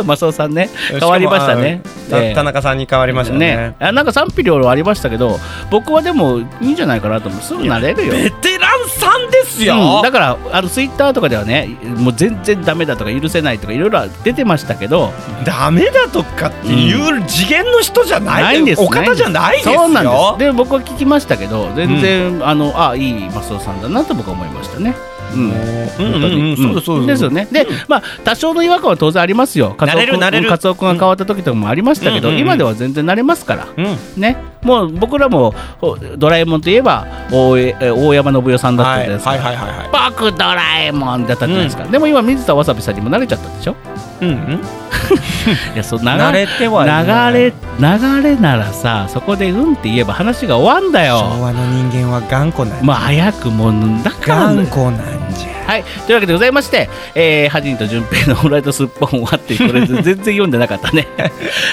[SPEAKER 2] マサオさんね変わりましたね
[SPEAKER 1] しかもあの
[SPEAKER 2] ええ
[SPEAKER 1] 田中さんに変わりましたね
[SPEAKER 2] ねあなんか賛否両論ありましたけど僕はでもいいんじゃないかなと思うすぐ慣れるよ
[SPEAKER 1] ベテランさんですよ、
[SPEAKER 2] うんだからあのツイッターとかではねもう全然ダメだとか許せないとかいろいろ出てましたけど
[SPEAKER 1] ダメだとかっていう次元の人じゃない、
[SPEAKER 2] ないんです
[SPEAKER 1] お方じゃないですよ
[SPEAKER 2] そうなんですで僕は聞きましたけど全然、あのあいいマスオさんだなと僕は思いましたねうん
[SPEAKER 1] うんうんうんそうですそう
[SPEAKER 2] で
[SPEAKER 1] ですす
[SPEAKER 2] よね。で、まあ、多少の違和感は当然ありますよ。カツ
[SPEAKER 1] 慣
[SPEAKER 2] オ
[SPEAKER 1] れる
[SPEAKER 2] 君
[SPEAKER 1] 慣れる
[SPEAKER 2] カツオ君が変わった時とかもありましたけど、
[SPEAKER 1] うんうんうん
[SPEAKER 2] 今では全然慣れますから。
[SPEAKER 1] うん
[SPEAKER 2] ね、もう僕らもおドラえもんといえば大江え大山信代さんだったじゃないですか、
[SPEAKER 1] はいはいはいはい
[SPEAKER 2] 僕ドラえもんだったじゃないですか、でも今水田わさびさんにも慣れちゃったでしょ
[SPEAKER 1] うんうん
[SPEAKER 2] いやそう流れ
[SPEAKER 3] 慣れてはいない
[SPEAKER 2] 流れ流れならさそこでうんって言えば話が終わんだ
[SPEAKER 3] 昭
[SPEAKER 2] よ
[SPEAKER 3] 和の人間は頑固なん
[SPEAKER 2] まあ早くもうだから
[SPEAKER 3] 頑
[SPEAKER 2] ね
[SPEAKER 3] 固なんじゃ
[SPEAKER 2] はいというわけでございまして、えー、ハジンと順平の「オールライトスッポン」終わってこれ全然読んでなかったね、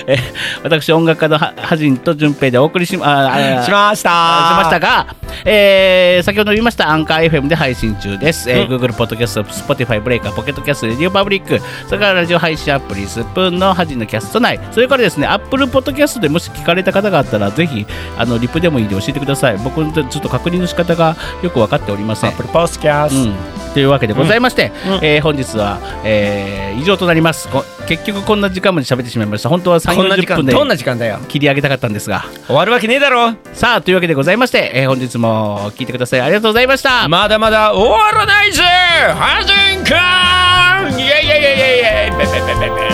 [SPEAKER 2] えー私音楽家のハハジンと順平でお送りしまああ
[SPEAKER 3] しました
[SPEAKER 2] しましたが、えー先ほど言いましたアンカー FM で配信中です、えー Google ポッドキャスト Spotify ブレイカーポケットキャストレディオパブリックそれからラジオ配信アプリスプーンのハジのキャスト内それからですね Apple ポッドキャストでもし聞かれた方があったらぜひあのリプでもいいんで教えてください僕のちょっと確認の仕方がよく分かっておりません
[SPEAKER 3] アップルポスキャス、
[SPEAKER 2] うん、というわけでございまして、えー本日は、えー以上となりますこ結局こんな時間まで喋ってしまいました本当は3
[SPEAKER 3] こんな時
[SPEAKER 2] 40
[SPEAKER 3] 間
[SPEAKER 2] 分で
[SPEAKER 3] どんな時間だよ
[SPEAKER 2] 切り上げたかったんですが
[SPEAKER 3] 終わるわけねえだろ
[SPEAKER 2] さあというわけでございまして、えー本日も聞いてくださいありがとうございました
[SPEAKER 3] まだまだ終わらないぜハジンカンイエイエイエイエイエイペペペペペ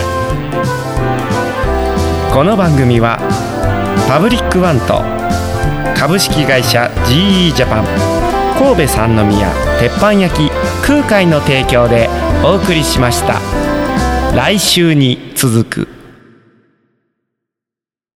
[SPEAKER 1] この番組はパブリックワンと株式会社 GE ジャパン神戸三宮鉄板焼き空海の提供でお送りしました来週に続く